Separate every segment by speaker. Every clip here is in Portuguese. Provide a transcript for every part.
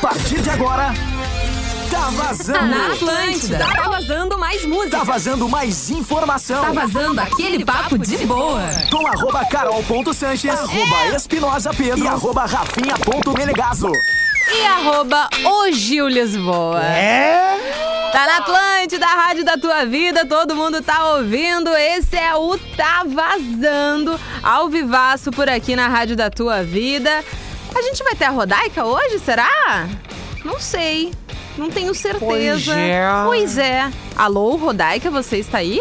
Speaker 1: partir de agora, tá vazando.
Speaker 2: Na Atlântida. Tá vazando mais música.
Speaker 1: Tá vazando mais informação.
Speaker 2: Tá vazando aquele papo de boa.
Speaker 1: Com arroba carol.sanches, arroba espinosa pedro e arroba rafinha.menegaso.
Speaker 3: E arroba o Gil Lisboa.
Speaker 4: É?
Speaker 3: Tá na Atlântida, a rádio da tua vida, todo mundo tá ouvindo. Esse é o Tá Vazando, ao vivaço por aqui na rádio da tua vida. A gente vai ter a Rodaica hoje, será? Não sei, não tenho certeza.
Speaker 4: Pois é.
Speaker 3: Pois é. Alô, Rodaica, você está aí?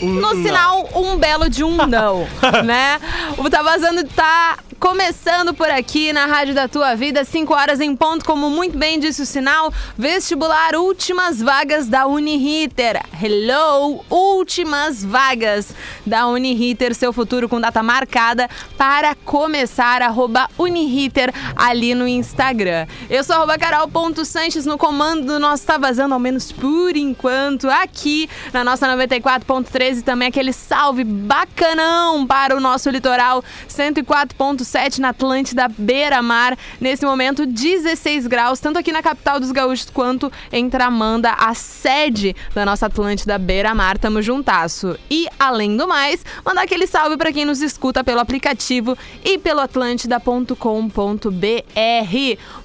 Speaker 3: No sinal, um belo de um não, né? O Tá Vazando tá começando por aqui na Rádio da Tua Vida, 5 horas em ponto, como muito bem disse o sinal, vestibular últimas vagas da Uniriter. Hello, últimas vagas da Uniriter, seu futuro com data marcada para começar, arroba Uniriter ali no Instagram. Eu sou arroba carol.sanches no comando do nosso Tá Vazando, ao menos por enquanto, aqui na nossa 94.13 também aquele salve bacanão para o nosso litoral 104.7 na Atlântida Beira Mar. Nesse momento, 16 graus, tanto aqui na capital dos gaúchos quanto em Tramanda, a sede da nossa Atlântida Beira Mar. Tamo juntasso. E, além do mais, mandar aquele salve para quem nos escuta pelo aplicativo e pelo atlântida.com.br.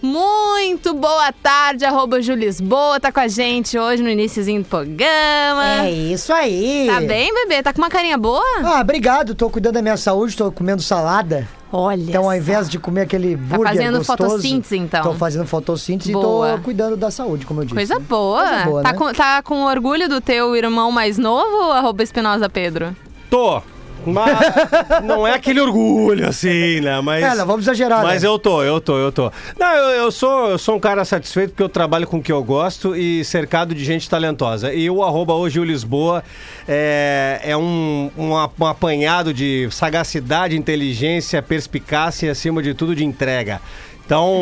Speaker 3: Muito boa tarde, arroba Julisboa, tá com a gente hoje no iníciozinho do programa.
Speaker 4: É isso aí.
Speaker 3: Tá bem, bebê? Tá com uma carinha boa?
Speaker 4: Ah, obrigado. Tô cuidando da minha saúde, tô comendo salada.
Speaker 3: Olha.
Speaker 4: Então, ao
Speaker 3: só.
Speaker 4: invés de comer aquele burger
Speaker 3: Tá fazendo
Speaker 4: gostoso,
Speaker 3: fotossíntese, então.
Speaker 4: Tô fazendo fotossíntese e
Speaker 3: Boa.
Speaker 4: tô cuidando da saúde, como eu disse.
Speaker 3: Coisa
Speaker 4: né?
Speaker 3: boa.
Speaker 4: Coisa boa,
Speaker 3: tá,
Speaker 4: né?
Speaker 3: com, tá com orgulho do teu irmão mais novo, arroba Espinosa Pedro?
Speaker 5: Tô. Mas não é aquele orgulho, assim, né? Mas,
Speaker 4: É, não, vamos exagerar,
Speaker 5: Mas
Speaker 4: né?
Speaker 5: eu tô, eu tô, eu tô. Não, eu, eu sou, eu sou um cara satisfeito porque eu trabalho com o que eu gosto e cercado de gente talentosa. E o arroba hoje o Lisboa é, é um, um a- um apanhado de sagacidade, inteligência, perspicácia e, acima de tudo, de entrega. Então,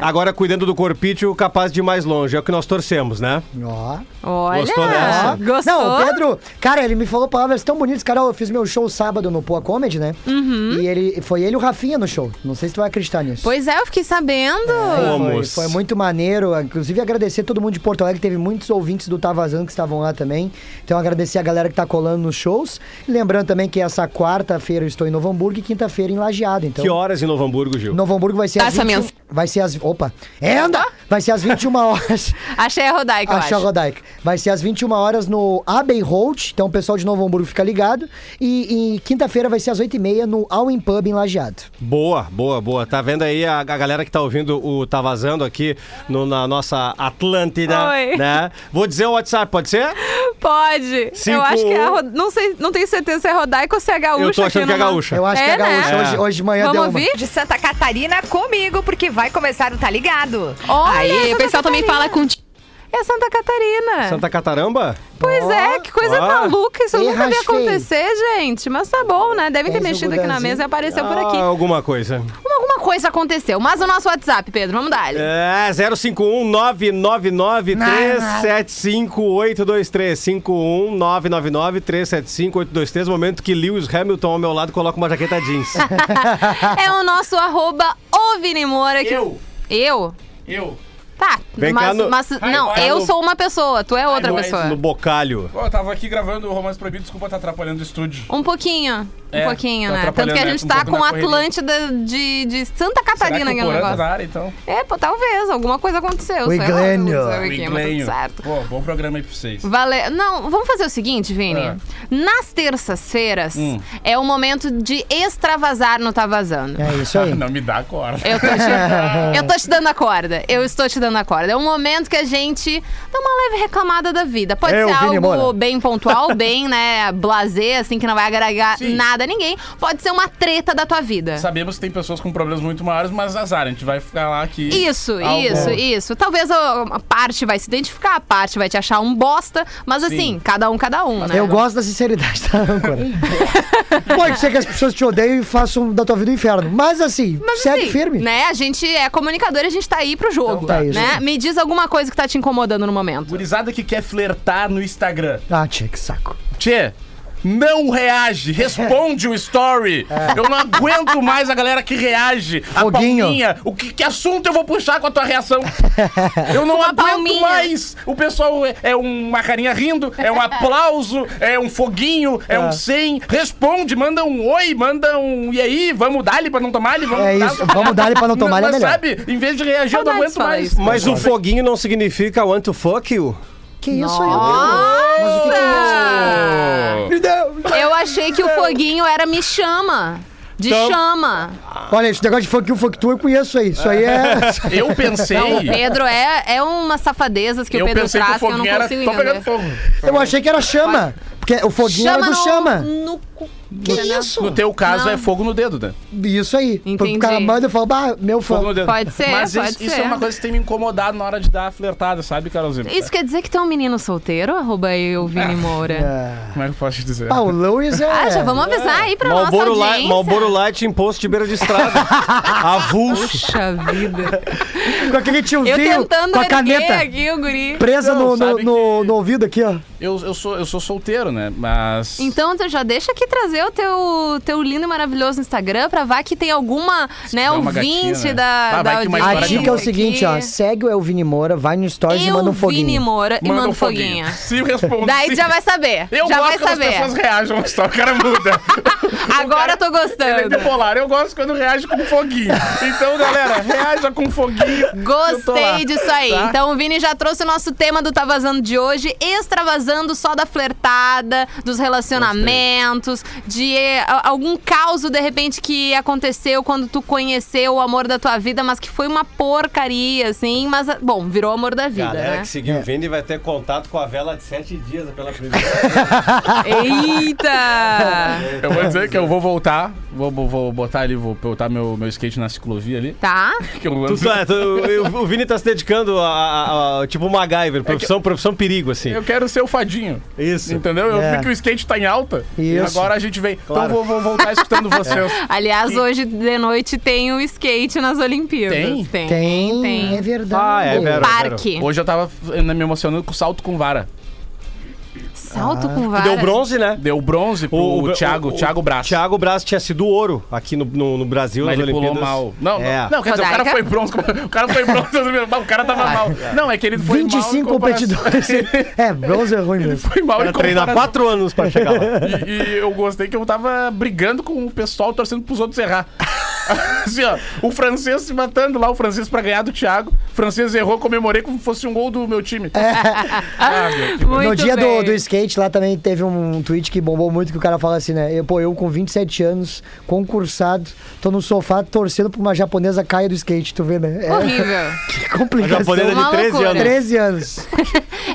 Speaker 5: agora cuidando do corpício, capaz de ir mais longe. É o que nós torcemos, né?
Speaker 4: Ó.
Speaker 3: Olha.
Speaker 5: Gostou dessa?
Speaker 4: Ó.
Speaker 3: Ah, Gostou?
Speaker 4: Não, o Pedro, cara, ele me falou palavras tão bonitas. Cara, eu fiz meu show sábado no Poa Comedy, né? Uhum. E ele, foi ele e o Rafinha no show. Não sei se tu vai acreditar nisso.
Speaker 3: Pois é, eu fiquei sabendo.
Speaker 4: Foi-
Speaker 5: Fomos.
Speaker 4: Foi, muito maneiro. Inclusive, agradecer todo mundo de Porto Alegre. Teve muitos ouvintes do Tá Vazando que estavam lá também. Então, agradecer a galera que tá colando nos shows. Lembrando também que essa quarta-feira eu estou em Novo Hamburgo e quinta-feira em Lajeado. Então,
Speaker 5: Que horas em Novo Hamburgo, Gil?
Speaker 4: Novo Hamburgo vai ser
Speaker 3: Dá
Speaker 4: às
Speaker 3: Tá essa
Speaker 4: 21
Speaker 3: mens-
Speaker 4: Vai ser às... Opa! É, anda! Vai ser às 21 horas.
Speaker 3: Achei a Rodaica, eu
Speaker 4: Achar
Speaker 3: acho.
Speaker 4: Rodaica. Vai ser às 21 horas no Abbey Holt. Então, o pessoal de Novo Hamburgo fica ligado. E, e quinta-feira vai ser às 8h30 no All In Pub em Lajeado.
Speaker 5: Boa, boa, boa. Tá vendo aí a, a galera que tá ouvindo o Tá Vazando aqui no- na nossa Atlântida,
Speaker 3: Oi.
Speaker 5: né? Vou dizer o WhatsApp, pode ser?
Speaker 3: Pode.
Speaker 5: Cinco,
Speaker 3: Eu acho que é a
Speaker 5: um.
Speaker 3: Ro- não sei, não tenho certeza se é Rodaica ou se é gaúcha.
Speaker 5: Eu tô achando
Speaker 3: aqui
Speaker 5: que é
Speaker 3: numa-
Speaker 5: gaúcha.
Speaker 4: Eu acho
Speaker 3: É,
Speaker 4: que é
Speaker 3: né?
Speaker 4: gaúcha. Hoje, hoje de manhã
Speaker 3: Vamos
Speaker 4: deu uma.
Speaker 3: ouvir?
Speaker 6: de Santa Catarina comigo, porque vai começar o Tá Ligado.
Speaker 3: Olha,
Speaker 6: Aí,
Speaker 3: Santa
Speaker 6: o pessoal também
Speaker 3: Catarina.
Speaker 6: fala contigo.
Speaker 3: É Santa Catarina.
Speaker 5: Santa Cataramba?
Speaker 3: Pois é, que coisa
Speaker 5: Ó.
Speaker 3: maluca. Isso
Speaker 4: Ih,
Speaker 3: nunca ia
Speaker 4: rachei.
Speaker 3: acontecer, gente. Mas tá bom, né? Devem ter
Speaker 4: Fez é o
Speaker 3: mexido aqui na
Speaker 4: gudanzinho.
Speaker 3: mesa e apareceu por
Speaker 5: Ah,
Speaker 3: aqui.
Speaker 5: alguma coisa.
Speaker 3: Alguma coisa aconteceu. Mas o nosso WhatsApp, Pedro, vamos dar.
Speaker 5: É, 051 999 375 823. 51 999 375 823. Momento que Lewis Hamilton ao meu lado coloca uma jaqueta jeans.
Speaker 3: É o nosso arroba o Vini Moura. Que... Eu. Eu?
Speaker 7: Eu?
Speaker 3: Tá,
Speaker 5: Vem cá
Speaker 3: mas,
Speaker 5: no-
Speaker 3: mas- não,
Speaker 7: vai
Speaker 3: eu
Speaker 7: no-
Speaker 3: sou uma pessoa, tu é outra
Speaker 7: nós
Speaker 3: pessoa.
Speaker 5: no bocalho.
Speaker 7: Pô, eu tava aqui gravando o Romance Proibido, desculpa tá atrapalhando o estúdio.
Speaker 3: Um pouquinho, um
Speaker 7: É,
Speaker 3: pouquinho,
Speaker 7: tá
Speaker 3: né? Tanto que a
Speaker 7: atrapalhando,
Speaker 3: gente
Speaker 7: né? Um
Speaker 3: tá
Speaker 7: pouco
Speaker 3: com a
Speaker 7: na correria.
Speaker 3: Atlântida de, de Santa Catarina
Speaker 7: Será
Speaker 3: aqui
Speaker 7: que o
Speaker 3: no
Speaker 7: Porã tá
Speaker 3: negócio.
Speaker 7: na área, então?
Speaker 3: É, pô, talvez, alguma coisa aconteceu. sei lá,
Speaker 4: Iglenio.
Speaker 3: não sei o que, mas tudo
Speaker 7: Iglenho.
Speaker 3: é certo.
Speaker 7: Pô, bom programa aí pra vocês.
Speaker 4: É
Speaker 3: Vale... Não, vamos fazer o seguinte, Vini.
Speaker 7: Ah.
Speaker 3: Nas terças-feiras
Speaker 7: Hum.
Speaker 3: é o momento de extravasar no Tá Vazando.
Speaker 4: É isso aí.
Speaker 7: Não me dá corda.
Speaker 3: Eu tô, te, eu tô te dando a corda. Eu estou te dando a corda. É um momento que a gente dá uma leve reclamada da vida. Pode
Speaker 4: Eu,
Speaker 3: ser
Speaker 4: Vini
Speaker 3: algo
Speaker 4: Moura.
Speaker 3: bem pontual, bem, né, blazer, assim, que não vai agregar
Speaker 7: Sim.
Speaker 3: nada a ninguém. Pode ser uma treta da tua vida.
Speaker 7: Sabemos que tem pessoas com problemas muito maiores, mas azar, a gente vai ficar lá que...
Speaker 3: Isso,
Speaker 7: algo-
Speaker 3: isso, isso. Talvez a, a parte vai se identificar, a parte vai te achar um bosta, mas assim, cada um, cada um, né?
Speaker 4: Eu gosto da sinceridade, tá, âncora? Pode ser que as pessoas te odeiem e façam da tua vida um inferno. Mas assim,
Speaker 3: Mas,
Speaker 4: segue
Speaker 3: assim,
Speaker 4: firme.
Speaker 3: Né? A gente é comunicador e a gente tá aí pro jogo.
Speaker 4: Então tá, isso.
Speaker 3: né? Me diz alguma coisa que tá te incomodando no momento.
Speaker 7: Gurizada que quer flertar no Instagram.
Speaker 4: Ah, tia, que saco.
Speaker 7: Tchê, não reage, responde o story. Eu não aguento mais a galera que reage.
Speaker 4: É. Foguinho.
Speaker 7: A palminha. O que, que assunto eu vou puxar com a tua reação? Eu não aguento
Speaker 3: palminha.
Speaker 7: mais. O pessoal é, é uma carinha rindo, é um aplauso, é um foguinho, é,
Speaker 4: Ah.
Speaker 7: um sim. Responde, manda um oi, manda um e aí, vamos dar-lhe pra não tomar ele, vamos
Speaker 4: É
Speaker 7: dar-
Speaker 4: isso, vamos dar-lhe pra não tomar ele é
Speaker 7: mas,
Speaker 4: melhor.
Speaker 7: sabe, em vez de reagir, eu
Speaker 3: Saudades
Speaker 7: não aguento
Speaker 3: é fala
Speaker 7: mais.
Speaker 3: isso.
Speaker 5: Mas o foguinho não significa want to fuck you?
Speaker 4: Que isso, Yuri? Mas o que que é isso?
Speaker 3: Ah! Eu achei que o foguinho era me chama. De
Speaker 7: Então-
Speaker 3: chama.
Speaker 4: Olha, esse negócio de funk you, funk tu, eu conheço isso aí. Isso aí é...
Speaker 7: Eu pensei.
Speaker 3: Então, o Pedro é, é umas safadezas que
Speaker 7: eu
Speaker 3: o Pedro
Speaker 7: pensei que o
Speaker 3: traz que eu não
Speaker 7: foguinho era.
Speaker 3: consigo
Speaker 7: Tô pegando
Speaker 3: entender.
Speaker 7: fogo.
Speaker 4: Eu achei que era chama. Porque o foguinho era do
Speaker 3: no,
Speaker 4: chama.
Speaker 3: no cu.
Speaker 4: Que
Speaker 3: né?
Speaker 4: isso?
Speaker 7: No teu caso,
Speaker 3: Não.
Speaker 7: é fogo no dedo, né?
Speaker 4: Isso aí.
Speaker 3: Entendi.
Speaker 4: O cara manda e fala, bah, meu
Speaker 7: Fogo no
Speaker 4: fã.
Speaker 7: dedo.
Speaker 3: Pode ser,
Speaker 7: Mas
Speaker 3: pode
Speaker 7: isso, isso
Speaker 3: ser.
Speaker 7: é uma coisa que tem me incomodado na hora de dar a flertada, sabe, Carolzinho?
Speaker 3: Isso quer dizer que tem um menino solteiro? Arroba eu, Vini Moura.
Speaker 7: Como é que eu posso te dizer?
Speaker 4: Ah, o Lewis é...
Speaker 3: Ah, já vamos avisar aí pra
Speaker 5: Malboro,
Speaker 3: nossa
Speaker 5: Light,
Speaker 3: audiência.
Speaker 5: Malboro Light em posto de beira de estrada. Avulso.
Speaker 3: Puxa vida.
Speaker 4: Com aquele
Speaker 3: Eu
Speaker 4: tiozinho,
Speaker 3: tentando
Speaker 4: com a
Speaker 3: erguer
Speaker 4: caneta
Speaker 3: aqui o guri.
Speaker 4: presa
Speaker 7: Não,
Speaker 4: no, no,
Speaker 7: sabe
Speaker 4: no-
Speaker 7: que-
Speaker 4: no ouvido aqui, ó.
Speaker 7: Eu, eu, sou, eu sou solteiro, né? Mas.
Speaker 3: Então tu já deixa aqui trazer o teu, teu lindo e maravilhoso Instagram pra ver que tem alguma, né,
Speaker 7: dá uma
Speaker 3: ouvinte
Speaker 7: gatinha, né?
Speaker 3: da,
Speaker 7: Ah,
Speaker 3: da
Speaker 7: vai que uma
Speaker 4: A
Speaker 7: Agora
Speaker 3: audiência
Speaker 4: dica é o seguinte, ó.
Speaker 3: aqui.
Speaker 4: Segue o Elvini Moura, vai no Stories e
Speaker 3: Eu,
Speaker 4: manda um foguinho.
Speaker 3: Vini Moura, e manda um foguinho.
Speaker 7: Se responde.
Speaker 3: Daí tu
Speaker 7: se-
Speaker 3: já vai saber.
Speaker 7: Eu
Speaker 3: já vai
Speaker 7: gosto quando as
Speaker 3: saber.
Speaker 7: pessoas reagem, mas tá, o cara muda.
Speaker 3: Agora eu tô
Speaker 7: Ele é
Speaker 3: gostando.
Speaker 7: bipolar. Eu gosto quando reage com um foguinho. Então, galera, reaja com um foguinho. Eu tô lá.
Speaker 3: Gostei disso aí.
Speaker 7: Tá?
Speaker 3: Então o Vini já trouxe o nosso tema do Tá Vazando de hoje, extravasando só da flertada, dos relacionamentos, de eh, a- algum caos de repente que aconteceu quando tu conheceu o amor da tua vida, mas que foi uma porcaria, assim, mas ah, bom, virou amor da vida,
Speaker 5: Galera
Speaker 3: né?
Speaker 5: que seguiu o Vini vai ter contato com a vela de sete dias pela primeira
Speaker 7: é
Speaker 3: Eita!
Speaker 7: Eu vou dizer que eu vou voltar, vou, vou- vou botar ali, vou botar meu, meu skate na ciclovia ali.
Speaker 3: Tá?
Speaker 7: Que eu ando.
Speaker 5: Tu tá- tu- eu- o Vini tá se dedicando a, a- a- tipo MacGyver, profissão, profissão perigo, assim.
Speaker 7: É Eu Então, quero ser o fadinho.
Speaker 5: Isso.
Speaker 7: Entendeu? Eu
Speaker 4: É.
Speaker 7: vi que o skate tá em alta. E
Speaker 4: Isso.
Speaker 7: agora a gente vem.
Speaker 5: Claro.
Speaker 7: Então vou, vou voltar escutando vocês.
Speaker 3: Aliás, hoje de noite tem o skate nas Olimpíadas.
Speaker 7: Tem?
Speaker 3: Tem.
Speaker 4: Tem, é verdade.
Speaker 5: Ah, é verdade.
Speaker 3: Parque.
Speaker 7: Hoje eu tava né, me emocionando com salto com vara.
Speaker 3: Salto com vara.
Speaker 5: Ah. Deu bronze, né?
Speaker 7: Deu bronze pro o, Thiago, Thiago Braço.
Speaker 5: Thiago Braz tinha sido ouro aqui no, no- no Brasil,
Speaker 7: Mas
Speaker 5: nas
Speaker 7: ele pulou
Speaker 5: Olimpíadas.
Speaker 7: mal. Não,
Speaker 5: É.
Speaker 7: não, não, quer dizer, o cara
Speaker 3: Rodaica?
Speaker 7: foi bronze. O cara foi bronze. o cara tava mal. Não, é que ele foi
Speaker 4: 25
Speaker 7: mal. em comparação-
Speaker 4: competidores. é, bronze é ruim mesmo.
Speaker 7: Foi mal em
Speaker 5: Pra treinar
Speaker 7: comparação.
Speaker 5: quatro anos pra chegar lá.
Speaker 7: E, e eu gostei que eu tava brigando com o pessoal, torcendo pros outros errar. assim, ó, o francês se matando lá, o francês pra ganhar do Thiago. O francês errou, comemorei como se fosse um gol do meu time. Ah, meu, que
Speaker 3: Muito
Speaker 4: no dia do,
Speaker 3: bem.
Speaker 4: do skate lá também teve um tweet que bombou muito que o cara fala assim, né? Eu, pô, eu com 27 anos, concursado, tô no sofá torcendo pra uma japonesa caia do skate, tu vê, né? É,
Speaker 3: Horrível.
Speaker 4: que
Speaker 5: A
Speaker 4: complicação.
Speaker 5: japonesa é de
Speaker 3: Uma
Speaker 5: 13
Speaker 3: loucura.
Speaker 5: anos.
Speaker 4: 13 anos.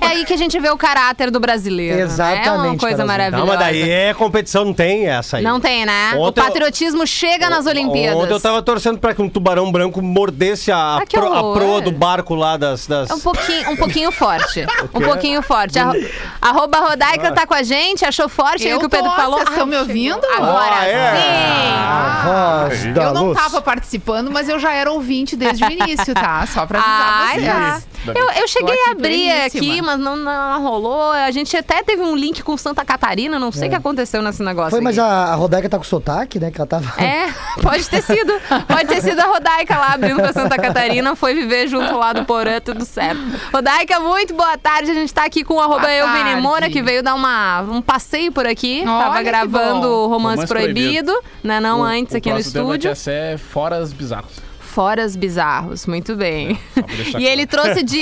Speaker 3: É aí que a gente vê o caráter do brasileiro.
Speaker 4: Exatamente,
Speaker 3: Né? É uma coisa
Speaker 4: Carolzinha.
Speaker 3: maravilhosa.
Speaker 5: Não, mas daí é competição, não tem essa aí.
Speaker 3: Não tem, né? o
Speaker 5: Ontem eu-
Speaker 3: patriotismo chega nas Olimpíadas.
Speaker 5: Ontem eu tava torcendo pra que um tubarão branco mordesse a,
Speaker 3: Ah, que
Speaker 5: pro- a
Speaker 3: horror.
Speaker 5: proa do barco lá das. das...
Speaker 3: É um pouquinho, um pouquinho forte. Um pouquinho forte. Arro- Arroba Rodaica tá com a gente, achou forte aí o
Speaker 8: Eu
Speaker 3: que o Pedro
Speaker 8: tô,
Speaker 3: falou.
Speaker 8: vocês
Speaker 3: Ah,
Speaker 8: estão me ouvindo?
Speaker 3: Agora
Speaker 5: Ah, é?
Speaker 3: sim!
Speaker 4: A voz da
Speaker 8: Eu não
Speaker 4: luz.
Speaker 8: tava participando, mas eu já era ouvinte desde o início, tá? Só pra avisar
Speaker 3: Ai,
Speaker 8: vocês.
Speaker 3: tá. Eu, eu cheguei
Speaker 8: aqui
Speaker 3: a abrir
Speaker 8: pleníssima.
Speaker 3: aqui, mas não, não rolou. A gente até teve um link com Santa Catarina, não sei o que aconteceu nesse negócio.
Speaker 4: Foi, mas
Speaker 3: aqui.
Speaker 4: a, a Rodaica tá com sotaque, né? Que ela tava.
Speaker 3: É, pode ter sido. Pode ter sido a Rodaica lá abrindo pra Santa Catarina, foi viver junto lá do Porã, tudo certo. Rodaica, muito boa tarde. A gente tá aqui com o arroba
Speaker 8: Boa
Speaker 3: eu, Vini
Speaker 8: tarde.
Speaker 3: Moura, que veio dar uma, um passeio por aqui.
Speaker 8: Olha
Speaker 3: Tava
Speaker 8: que
Speaker 3: gravando
Speaker 8: bom.
Speaker 3: o Romance,
Speaker 7: Romance
Speaker 3: Proibido, né? Não
Speaker 7: O-
Speaker 3: antes
Speaker 7: o
Speaker 3: aqui no
Speaker 7: próximo tema é vai ter
Speaker 3: estúdio.
Speaker 7: a ser Foras Bizarros.
Speaker 3: Foras bizarros, muito bem.
Speaker 7: É, pra deixar
Speaker 3: e ele trouxe de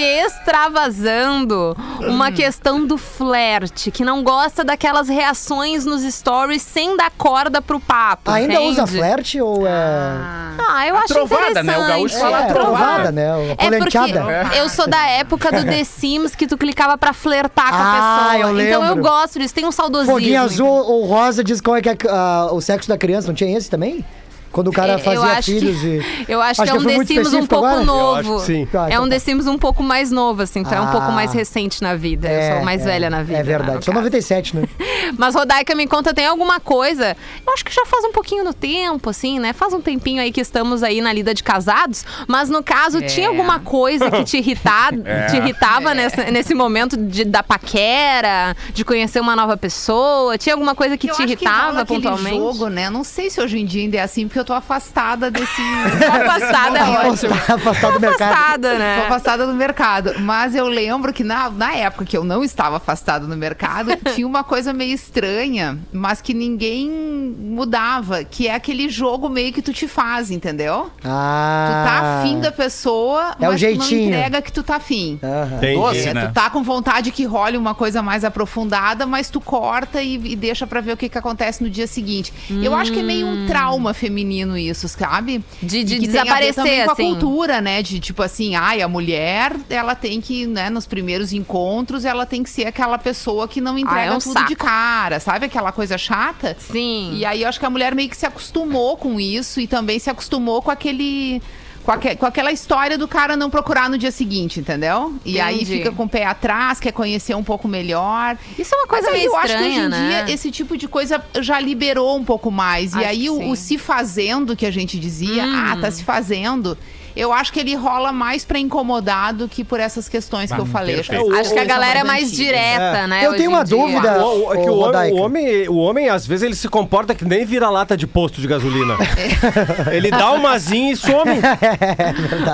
Speaker 3: extravasando uma
Speaker 7: Hum.
Speaker 3: questão do flerte, que não gosta daquelas reações nos stories sem dar corda pro papo.
Speaker 4: Ainda usa
Speaker 3: entende?
Speaker 4: flerte ou é.
Speaker 3: É, Ah, eu acho
Speaker 7: trovada, né? O
Speaker 3: interessante.
Speaker 7: gaúcho fala
Speaker 4: é,
Speaker 7: trovada.
Speaker 4: trovada, né? Ou
Speaker 3: É porque
Speaker 4: Polenteada.
Speaker 3: eu sou da época do The Sims que tu clicava pra flertar com
Speaker 4: Ah,
Speaker 3: a pessoa.
Speaker 4: eu
Speaker 3: então eu
Speaker 4: lembro.
Speaker 3: gosto disso, tem um saudosismo.
Speaker 4: ah, Foguinho azul ou rosa diz qual é, que é a- o sexo da criança, não tinha esse também? Quando o cara fazia filhos
Speaker 3: que,
Speaker 4: e.
Speaker 3: Eu acho, que é
Speaker 4: eu
Speaker 3: um
Speaker 4: fui
Speaker 3: The
Speaker 4: muito
Speaker 3: Sims um
Speaker 4: específico
Speaker 3: pouco
Speaker 4: agora.
Speaker 3: novo.
Speaker 5: que sim.
Speaker 4: Ah,
Speaker 3: É
Speaker 4: então
Speaker 3: um
Speaker 4: tá.
Speaker 3: The Sims um pouco mais novo, assim. Então é um pouco
Speaker 4: Ah.
Speaker 3: mais recente na vida. eu sou mais velha na vida.
Speaker 4: É
Speaker 3: né,
Speaker 4: verdade.
Speaker 3: no
Speaker 4: Sou
Speaker 3: caso.
Speaker 4: 97, né?
Speaker 3: Mas, Rodaica, me conta, tem alguma coisa? Eu acho que já faz um pouquinho no tempo, assim, né? Faz um tempinho aí que estamos aí na lida de casados. Mas, no caso,
Speaker 8: É.
Speaker 3: tinha alguma coisa que te, irritar,
Speaker 5: É.
Speaker 3: te irritava nessa- nesse momento de- da paquera, de conhecer uma nova pessoa? Tinha alguma coisa que
Speaker 8: eu
Speaker 3: te
Speaker 8: acho
Speaker 3: irritava
Speaker 8: rola aquele
Speaker 3: pontualmente?
Speaker 8: jogo, né? Não sei se hoje em dia ainda é assim, porque eu tô afastada desse.
Speaker 3: Afastada é ótimo.
Speaker 4: Afastado do mercado.
Speaker 3: Afastada, né?
Speaker 8: Tô afastada do mercado. Mas eu lembro que na, na época que eu não estava afastada no mercado, tinha uma coisa meio estranha, mas que ninguém mudava, que é aquele jogo meio que tu te faz, entendeu? Tu tá
Speaker 4: Ah.
Speaker 8: afim da pessoa,
Speaker 4: É o
Speaker 8: mas tu não
Speaker 4: jeitinho.
Speaker 8: entrega que tu tá afim.
Speaker 4: Aham.
Speaker 5: Entendi.
Speaker 7: Doce,
Speaker 8: É,
Speaker 7: né?
Speaker 8: tu tá com vontade que role uma coisa mais aprofundada, mas tu corta e, e deixa pra ver o que, que acontece no dia seguinte. Eu acho que é meio um trauma feminino isso, sabe?
Speaker 3: Hum. De-
Speaker 8: E
Speaker 3: de
Speaker 8: que tem a ver
Speaker 3: desaparecer,
Speaker 8: também com
Speaker 3: assim.
Speaker 8: a cultura, né? De tipo assim, ai, a mulher, ela tem que, né, nos primeiros encontros, ela tem que ser aquela pessoa que não entrega
Speaker 3: um
Speaker 8: tudo
Speaker 3: saco.
Speaker 8: de cara, sabe? Aquela coisa chata.
Speaker 3: Sim.
Speaker 8: E aí eu acho que a mulher meio que se acostumou com isso e também se acostumou com aquele. Com, aque- com aquela história do cara não procurar no dia seguinte, entendeu? E aí
Speaker 3: Entendi.
Speaker 8: fica com o pé atrás, quer conhecer um pouco melhor.
Speaker 3: Isso é uma coisa
Speaker 8: Mas aí
Speaker 3: meio
Speaker 8: eu
Speaker 3: estranha,
Speaker 8: acho que hoje em
Speaker 3: né?
Speaker 8: dia esse tipo de coisa já liberou um pouco mais. e
Speaker 3: Acho que
Speaker 8: aí o, o
Speaker 3: sim. Hum.
Speaker 8: se fazendo que a gente dizia, ah, tá se fazendo. Eu acho que ele rola mais pra incomodar do que por essas questões que eu falei. Acho que
Speaker 5: perfeito.
Speaker 3: Acho que a
Speaker 8: são
Speaker 3: galera Hum, é mais
Speaker 8: antigas.
Speaker 3: direta, né?
Speaker 4: É. Eu
Speaker 3: hoje
Speaker 4: tenho
Speaker 3: em
Speaker 4: uma
Speaker 3: dia.
Speaker 4: dúvida.
Speaker 5: O, o- é que
Speaker 4: Ô,
Speaker 5: o homem,
Speaker 4: Rodaica.
Speaker 5: o homem- o homem, às vezes, ele se comporta que nem vira-lata de posto de gasolina.
Speaker 3: É.
Speaker 5: ele dá uma azinha e some.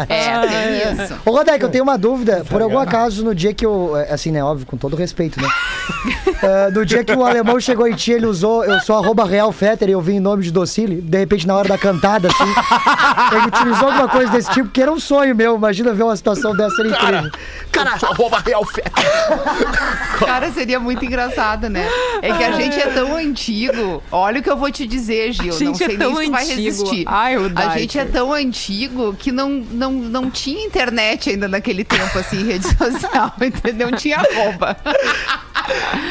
Speaker 8: É, tem isso.
Speaker 4: Ô, Rodaica, eu tenho uma dúvida. Por algum acaso, no dia que eu. é, Assim, né? Óbvio, com todo respeito, né? Ah, no dia que o alemão chegou em ti, ele usou. Eu sou arroba Real Fetter e eu vim em nome de Docile. De repente, na hora da cantada, assim. ele utilizou alguma coisa desse tipo, que era um sonho meu. Imagina ver uma situação dessa seria incrível.
Speaker 7: Arroba Real Fé.
Speaker 8: Cara, seria muito engraçado, né? É que a gente é tão antigo. Olha o que eu vou te dizer, Gil.
Speaker 3: A
Speaker 8: não
Speaker 3: gente é
Speaker 8: sei
Speaker 3: tão
Speaker 8: nem se tu vai
Speaker 3: antigo.
Speaker 8: resistir.
Speaker 3: Ai, o
Speaker 8: a
Speaker 3: Dai,
Speaker 8: gente é
Speaker 3: cara.
Speaker 8: tão antigo que não, não, não tinha internet ainda naquele tempo, assim, rede social, entendeu? Não tinha roupa.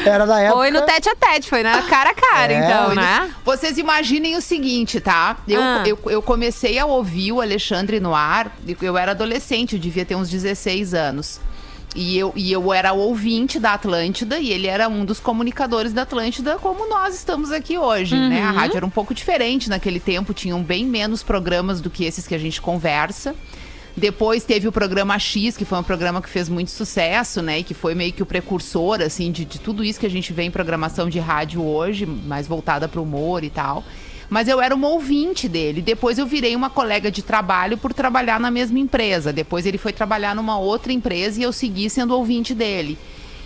Speaker 4: Era na época.
Speaker 3: Foi no tete a tete, foi na cara a cara,
Speaker 4: É,
Speaker 3: então,
Speaker 4: hoje-
Speaker 3: né?
Speaker 8: Vocês imaginem o seguinte, tá? Eu,
Speaker 3: Ah.
Speaker 8: eu, eu comecei a ouvir o Alexandre Noir, eu era adolescente, eu devia ter uns 16 anos. E eu, e eu era ouvinte da Atlântida e ele era um dos comunicadores da Atlântida, como nós estamos aqui hoje, né?
Speaker 3: Uhum.
Speaker 8: A rádio era um pouco diferente naquele tempo, tinham bem menos programas do que esses que a gente conversa. Depois teve o programa X, que foi um programa que fez muito sucesso, né? E que foi meio que o precursor, assim, de, de tudo isso que a gente vê em programação de rádio hoje, mais voltada para o humor e tal. Mas eu era uma ouvinte dele. Depois eu virei uma colega de trabalho por trabalhar na mesma empresa. Depois ele foi trabalhar numa outra empresa e eu segui sendo ouvinte dele.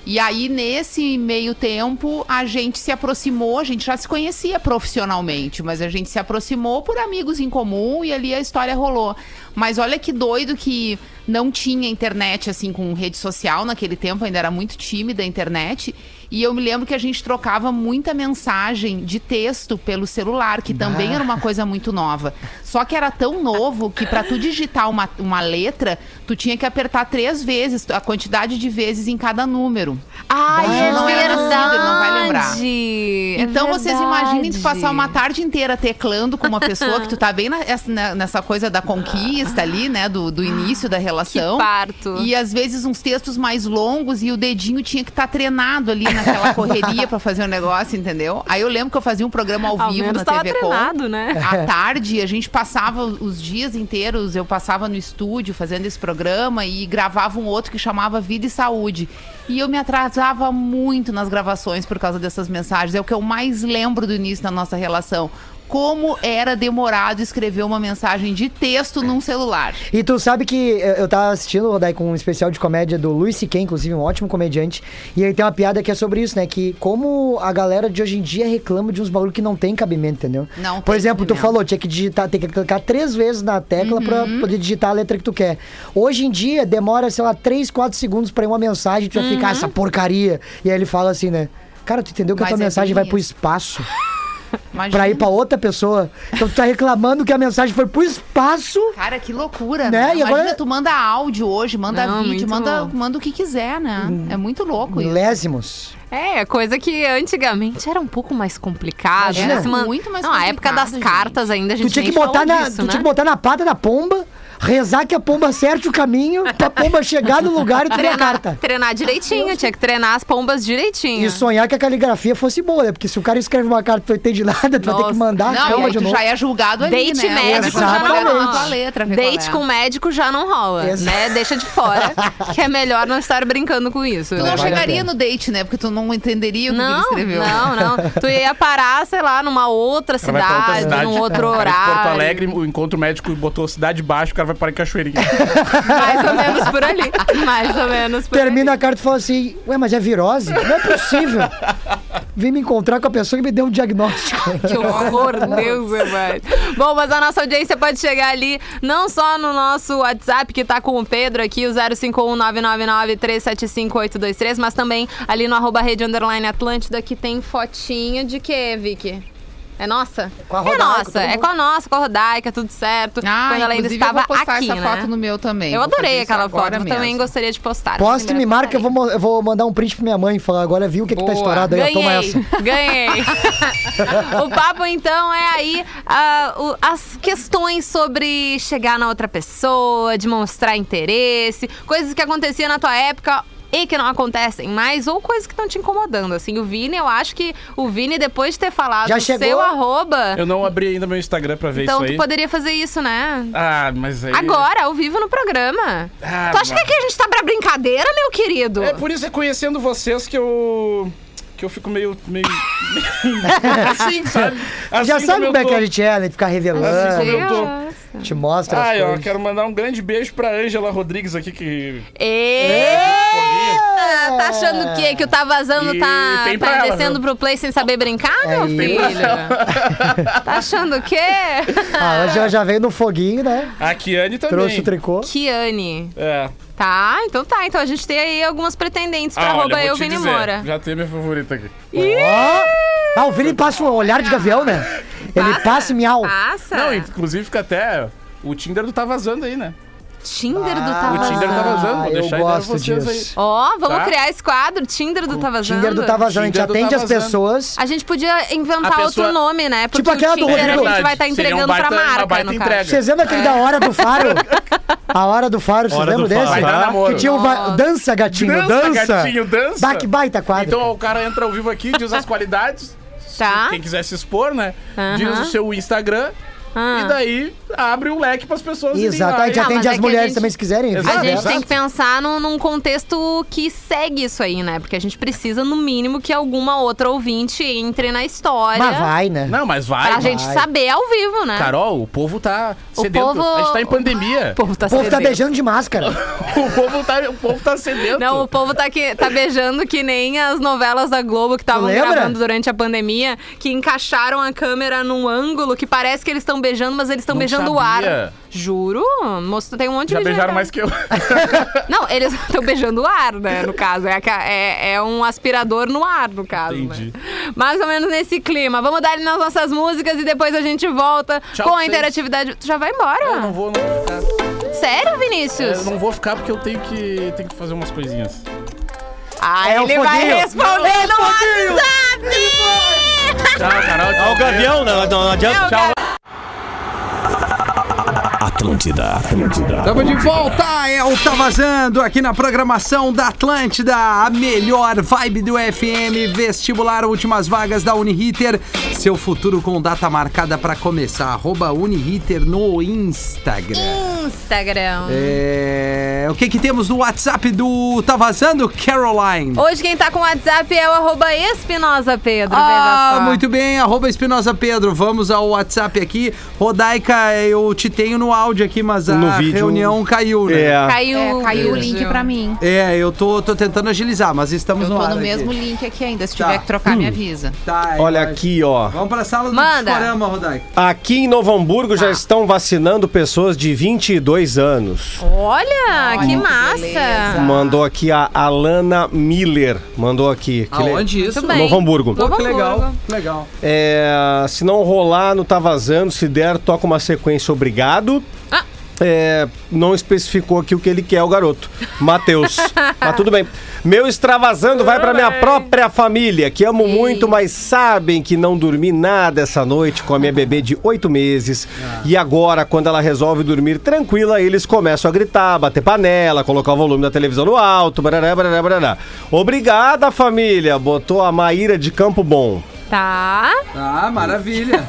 Speaker 8: E aí, nesse meio tempo, a gente se aproximou, a gente já se conhecia profissionalmente, mas a gente se aproximou por amigos em comum e ali a história rolou. Mas olha que doido que não tinha internet, assim, com rede social naquele tempo, ainda era muito tímida a internet. E eu me lembro que a gente trocava muita mensagem de texto pelo celular, que também era uma coisa muito nova. Só que era tão novo que para tu digitar uma, uma letra, tu tinha que apertar três vezes a quantidade de vezes em cada número.
Speaker 3: Ai,
Speaker 8: é Não era nascido, ele não vai lembrar.
Speaker 3: É
Speaker 8: Então vocês imaginem tu passar uma tarde inteira teclando com uma pessoa que tu tá bem na- essa- na- nessa coisa da conquista ali, né? Do, do início da relação.
Speaker 3: parto.
Speaker 8: E às vezes uns textos mais longos e o dedinho tinha que estar treinado ali naquela correria pra fazer o negócio, entendeu? Aí eu lembro que eu fazia um programa ao,
Speaker 3: Ao
Speaker 8: vivo
Speaker 3: menos
Speaker 8: na
Speaker 3: tava
Speaker 8: TV Com
Speaker 3: treinado, né?
Speaker 8: à tarde, a gente passava os dias inteiros, eu passava no estúdio fazendo esse programa e gravava um outro que chamava Vida e Saúde. E eu me atrasava muito nas gravações por causa dessas mensagens. É o que eu mais lembro do início da nossa relação. Como era demorado escrever uma mensagem de texto num celular.
Speaker 4: E tu sabe que eh, eu tava assistindo, Rodaico, um especial de comédia do Louis C.K., inclusive, um ótimo comediante. E aí tem uma piada que é sobre isso, né? Que como a galera de hoje em dia reclama de uns bagulho que não tem cabimento, entendeu?
Speaker 8: Não
Speaker 4: Por
Speaker 8: tem
Speaker 4: exemplo, tu
Speaker 8: cabimento. Uhum.
Speaker 4: falou, tinha que digitar, tem que clicar três vezes na tecla pra poder digitar a letra que tu quer. Hoje em dia, demora, sei lá, três, quatro segundos pra ir uma mensagem, tu já fica, "Ah, essa porcaria. E aí ele fala assim, né? Cara, tu entendeu que a
Speaker 8: Uhum. Mas
Speaker 4: tua
Speaker 8: é
Speaker 4: mensagem vai
Speaker 8: bem
Speaker 4: pro
Speaker 8: isso.
Speaker 4: espaço?
Speaker 8: Imagina.
Speaker 4: pra ir pra outra pessoa. Então tu tá reclamando que a mensagem foi pro espaço.
Speaker 8: Cara, que loucura,
Speaker 4: Né?
Speaker 8: né?
Speaker 4: E
Speaker 8: Imagina,
Speaker 4: agora-
Speaker 8: tu manda áudio hoje, manda
Speaker 3: Não, muito
Speaker 8: vídeo, manda,
Speaker 3: louco.
Speaker 8: manda o que quiser, né?
Speaker 4: Uhum.
Speaker 8: É muito louco isso.
Speaker 4: Milésimos.
Speaker 3: É, coisa que antigamente era um pouco mais complicada.
Speaker 4: Imagina.
Speaker 3: Era se man-
Speaker 8: Muito mais
Speaker 3: Não, a época das
Speaker 8: complicado,
Speaker 3: cartas ainda a gente
Speaker 4: Tu tinha que
Speaker 3: nem
Speaker 4: botar
Speaker 3: falou
Speaker 4: na,
Speaker 3: disso,
Speaker 4: tu
Speaker 3: né?
Speaker 4: tinha que botar na pata da pomba, rezar que a pomba acerte o caminho, pra pomba chegar no lugar e tu ver a
Speaker 3: treinar,
Speaker 4: carta.
Speaker 3: treinar direitinho, tinha que treinar as pombas direitinho.
Speaker 4: E sonhar que a caligrafia fosse boa, né? Porque se o cara escreve uma carta e tu não entende nada, tu vai ter que
Speaker 3: Nossa.
Speaker 4: mandar a
Speaker 8: Não, e
Speaker 4: pomba
Speaker 8: aí
Speaker 4: Ah, de
Speaker 8: tu
Speaker 4: novo.
Speaker 8: já é julgado ali,
Speaker 3: Date
Speaker 8: né?
Speaker 3: médico
Speaker 8: Agora
Speaker 3: já
Speaker 8: tu vai
Speaker 3: não
Speaker 8: olhar
Speaker 3: rola.
Speaker 8: na tua letra, ver qual
Speaker 3: Date
Speaker 8: é.
Speaker 3: com médico já não rola,
Speaker 4: Exato.
Speaker 3: né? Deixa de fora, que é melhor não estar brincando com isso.
Speaker 8: Tu
Speaker 7: Então
Speaker 3: né?
Speaker 8: não
Speaker 4: vale a
Speaker 8: chegaria
Speaker 4: pena.
Speaker 8: no date, né? Porque tu não entenderia o que ele
Speaker 3: Não,
Speaker 8: escreveu.
Speaker 3: não, não. Tu ia parar, sei lá, numa outra
Speaker 7: cara vai pra outra
Speaker 3: cidade, num outro
Speaker 7: Cara, de
Speaker 3: horário.
Speaker 7: Porto Alegre, o encontro médico botou cidade baixo, o cara vai parar em Cachoeirinha.
Speaker 3: Mais ou menos por ali. Mais ou menos por
Speaker 4: Termina a
Speaker 3: ali.
Speaker 4: carta e fala assim: Ué, mas é virose? Não é possível. Vim me encontrar com a pessoa que me deu um diagnóstico.
Speaker 3: Que horror, Deus, Evandro. Bom, mas a nossa audiência pode chegar ali, não só no nosso WhatsApp, que tá com o Pedro aqui, o 051-999-375-823, mas também ali no arroba rede underline Atlântida, que tem fotinho de quê, Vicky? É nossa?
Speaker 4: com a
Speaker 3: é
Speaker 4: Rodaica,
Speaker 3: nossa,
Speaker 4: todo
Speaker 3: é
Speaker 4: mundo.
Speaker 3: com a nossa, com a Rodaica, tudo certo.
Speaker 8: Ah,
Speaker 3: quando ela ainda
Speaker 8: inclusive,
Speaker 3: estava
Speaker 8: eu vou postar
Speaker 3: aqui,
Speaker 8: essa
Speaker 3: né?
Speaker 8: foto no meu também.
Speaker 3: Eu
Speaker 8: Vou fazer
Speaker 3: adorei
Speaker 8: isso
Speaker 3: aquela foto,
Speaker 8: agora
Speaker 3: eu
Speaker 8: mesmo.
Speaker 3: também gostaria de postar.
Speaker 4: Posta e
Speaker 3: Primeiro
Speaker 4: me marca, eu vou,
Speaker 3: postarei.
Speaker 4: mo- eu vou mandar um print pra minha mãe e falar: Agora viu o que, que tá
Speaker 8: Boa.
Speaker 4: estourado aí, ó, toma essa.
Speaker 3: Ganhei. o papo, então, é aí ah, o- as questões sobre chegar na outra pessoa, de mostrar interesse, coisas que aconteciam na tua época. E que não acontecem mais, ou coisas que estão te incomodando. Assim, o Vini, eu acho que o Vini, depois de ter falado
Speaker 4: Já
Speaker 3: o
Speaker 4: chegou?
Speaker 3: seu arroba,
Speaker 7: Eu não abri ainda meu Instagram pra ver
Speaker 3: então
Speaker 7: isso
Speaker 3: tu
Speaker 7: aí.
Speaker 3: poderia fazer isso, né?
Speaker 7: Ah, mas aí...
Speaker 3: Agora, ao vivo no programa.
Speaker 7: Ah,
Speaker 3: tu acha
Speaker 7: mano.
Speaker 3: que aqui a gente tá pra brincadeira, meu querido?
Speaker 7: É por isso, é conhecendo vocês que eu... Que eu fico meio... meio... assim, sabe?
Speaker 4: já
Speaker 7: Assim
Speaker 4: sabe como é
Speaker 7: eu
Speaker 4: que
Speaker 7: tô.
Speaker 4: a gente é, né? Ficar
Speaker 7: Assim
Speaker 4: revelando,
Speaker 7: como eu tô.
Speaker 3: Deus.
Speaker 4: te mostra as
Speaker 7: Ai, ó,
Speaker 4: coisas.
Speaker 7: quero mandar um grande beijo pra Ângela Rodrigues aqui, que...
Speaker 3: Eita! Tá achando o quê? Que o Tá Vazando
Speaker 7: Né? E
Speaker 3: tá,
Speaker 7: tem pra
Speaker 3: tá
Speaker 7: ela,
Speaker 3: descendo pro play sem saber brincar, meu
Speaker 4: isso.
Speaker 3: filho?
Speaker 4: né?
Speaker 3: tá achando o quê?
Speaker 4: A Ângela Ah, já veio no foguinho, né?
Speaker 7: A Kiane também.
Speaker 4: Trouxe o tricô.
Speaker 3: Kiane.
Speaker 7: É.
Speaker 3: Tá, então tá. Então a gente tem aí algumas pretendentes pra
Speaker 7: Ah,
Speaker 3: arroba
Speaker 7: olha,
Speaker 3: eu,
Speaker 7: eu vou te
Speaker 3: Vini
Speaker 7: dizer,
Speaker 3: Moura.
Speaker 7: Já tem minha favorita aqui.
Speaker 4: Ó! Ah, o Vini passa um olhar de gavião, né? Ele passa e miau.
Speaker 3: Passa.
Speaker 7: Não, inclusive fica até... O Tinder do tá vazando aí, né?
Speaker 3: Tinder do Tá
Speaker 7: o Tinder tá
Speaker 3: Vazando.
Speaker 7: vazando, vou
Speaker 4: Ah, eu
Speaker 7: deixar a ideia
Speaker 4: gosto
Speaker 7: pra vocês
Speaker 4: disso.
Speaker 3: Ó, vamos
Speaker 7: Tá.
Speaker 3: criar esse quadro, Tinder do Tá Vazando.
Speaker 4: Tinder do Tá Vazando, a gente
Speaker 7: Tinder do Tá
Speaker 4: atende as
Speaker 7: Vazando.
Speaker 4: pessoas.
Speaker 3: A gente podia inventar
Speaker 7: A pessoa-
Speaker 3: outro nome, né? Porque
Speaker 4: Tipo aquela
Speaker 3: o
Speaker 4: do
Speaker 3: Tinder a
Speaker 4: Rodrigo.
Speaker 3: gente vai estar
Speaker 7: Seria um
Speaker 3: entregando
Speaker 7: baita-
Speaker 3: pra
Speaker 7: uma
Speaker 3: marca,
Speaker 7: baita
Speaker 3: no caso.
Speaker 7: entrega.
Speaker 4: Vocês lembram aquele da Hora do Faro? A Hora do Faro, vocês
Speaker 5: Hora do
Speaker 4: lembram desse?
Speaker 5: Faro.
Speaker 7: Vai dar namoro.
Speaker 4: Que tinha o va- Dança, gatinho, dança.
Speaker 7: Dança, gatinho, dança.
Speaker 4: Bah, que baita quadro.
Speaker 7: Então o cara entra ao vivo aqui, diz as qualidades.
Speaker 3: Tá.
Speaker 7: Quem quiser se expor, né?
Speaker 3: Aham.
Speaker 7: Diz o seu Instagram.
Speaker 3: Ah.
Speaker 7: E daí abre um leque pras pessoas. irem
Speaker 4: Exato,
Speaker 7: lá
Speaker 4: a gente
Speaker 7: e-
Speaker 3: Não,
Speaker 4: atende
Speaker 3: mas é
Speaker 4: as
Speaker 3: que a
Speaker 4: mulheres
Speaker 3: gente-
Speaker 4: também se quiserem. né?
Speaker 7: A
Speaker 3: A
Speaker 7: Exato,
Speaker 4: vice-versa.
Speaker 3: gente
Speaker 7: exato.
Speaker 3: tem que pensar num, num contexto que segue isso aí, né? Porque a gente precisa, no mínimo, que alguma outra ouvinte entre na história.
Speaker 4: Mas vai, né?
Speaker 7: Não, mas vai.
Speaker 3: pra gente
Speaker 4: vai.
Speaker 3: saber ao vivo, né?
Speaker 7: Carol, o povo tá
Speaker 3: O
Speaker 7: cedendo.
Speaker 3: povo-
Speaker 7: A gente tá em pandemia.
Speaker 3: o povo tá
Speaker 4: O povo tá
Speaker 3: cedendo.
Speaker 4: beijando de máscara.
Speaker 7: o, povo tá, o povo tá cedendo.
Speaker 3: Não, o povo tá, que, tá beijando que nem as novelas da Globo que estavam
Speaker 4: lembra?
Speaker 3: gravando durante a pandemia, que encaixaram a câmera num ângulo que parece que eles estão beijando, mas eles estão
Speaker 7: Não
Speaker 3: beijando o ar.
Speaker 7: sabia.
Speaker 3: Juro? Moço, tem um monte
Speaker 7: Já
Speaker 3: de gente
Speaker 7: beijaram
Speaker 3: aí.
Speaker 7: mais que eu.
Speaker 3: Ah. Não, eles estão beijando o ar, né? No caso. É, aca- é- é um aspirador no ar, no caso.
Speaker 7: Entendi.
Speaker 3: Né? Mais ou menos nesse clima. Vamos dar ali nas nossas músicas e depois a gente volta
Speaker 7: Tchau,
Speaker 3: com a
Speaker 7: vocês.
Speaker 3: interatividade. Tu já vai embora?
Speaker 7: Eu não vou, não vou ficar.
Speaker 3: Sério,
Speaker 7: Eu
Speaker 3: Vinícius?
Speaker 7: não vou ficar porque eu tenho que, tenho que fazer umas coisinhas.
Speaker 3: Ah,
Speaker 4: É o É
Speaker 3: ele vai
Speaker 4: foguinho.
Speaker 3: responder no WhatsApp!
Speaker 7: Tchau, Carol.
Speaker 5: Ó, o Gavião, não, não adianta.
Speaker 3: Tchau,
Speaker 1: Atlântida, Atlântida.
Speaker 9: Estamos de volta, é o Tá Vazando aqui na programação da Atlântida, a melhor vibe do FM, vestibular últimas vagas da Uniriter, seu futuro com data marcada para começar, arroba Uniriter no Instagram.
Speaker 3: Instagram.
Speaker 9: É, o que que temos no WhatsApp do Tá Vazando, Caroline?
Speaker 3: Hoje quem tá com o WhatsApp é o arroba Espinosa Pedro.
Speaker 9: Ah,
Speaker 3: veja só.
Speaker 9: muito bem, arroba Espinosa Pedro. Vamos ao WhatsApp aqui. Rodaica, eu te tenho no áudio aqui, mas a
Speaker 5: No vídeo-
Speaker 9: reunião caiu, né?
Speaker 5: É.
Speaker 3: Caiu,
Speaker 8: É, caiu o
Speaker 3: vídeo.
Speaker 8: link pra mim.
Speaker 9: É, eu tô, tô tentando agilizar, mas estamos
Speaker 8: Eu
Speaker 9: no
Speaker 8: tô
Speaker 9: ar
Speaker 8: no
Speaker 9: aqui.
Speaker 8: mesmo link aqui ainda. Se
Speaker 9: Tá.
Speaker 8: tiver que trocar, me avisa.
Speaker 9: Tá,
Speaker 5: É. Olha
Speaker 9: eu acho.
Speaker 5: aqui, ó.
Speaker 9: Vamos pra sala do
Speaker 3: Manda.
Speaker 9: Discorama, Rodaica.
Speaker 5: Aqui em Novo Hamburgo já estão vacinando pessoas de 20 22 anos.
Speaker 3: Olha, que
Speaker 8: que
Speaker 3: massa. Ah.
Speaker 8: beleza.
Speaker 5: Mandou aqui a Alana Miller. Mandou aqui. Que le-
Speaker 9: Aonde isso?
Speaker 3: Muito bem.
Speaker 5: Novo Hamburgo.
Speaker 9: Pô,
Speaker 3: Novo
Speaker 9: que legal,
Speaker 3: Hamburgo.
Speaker 9: legal.
Speaker 5: É, se não rolar, não tá vazando. Se der, toca uma sequência, obrigado.
Speaker 3: Ah.
Speaker 5: É, não especificou aqui o que ele quer, o garoto. Matheus. Mas tudo bem. Meu extravasando vai pra minha própria família, que amo muito, mas sabem que não dormi nada essa noite com a minha bebê de oito meses. E agora, quando ela resolve dormir tranquila, eles começam a gritar, bater panela, colocar o volume da televisão no alto, barará, barará, barará. Obrigada, família, botou a Maíra de Campo Bom.
Speaker 3: Tá.
Speaker 9: Ah, maravilha.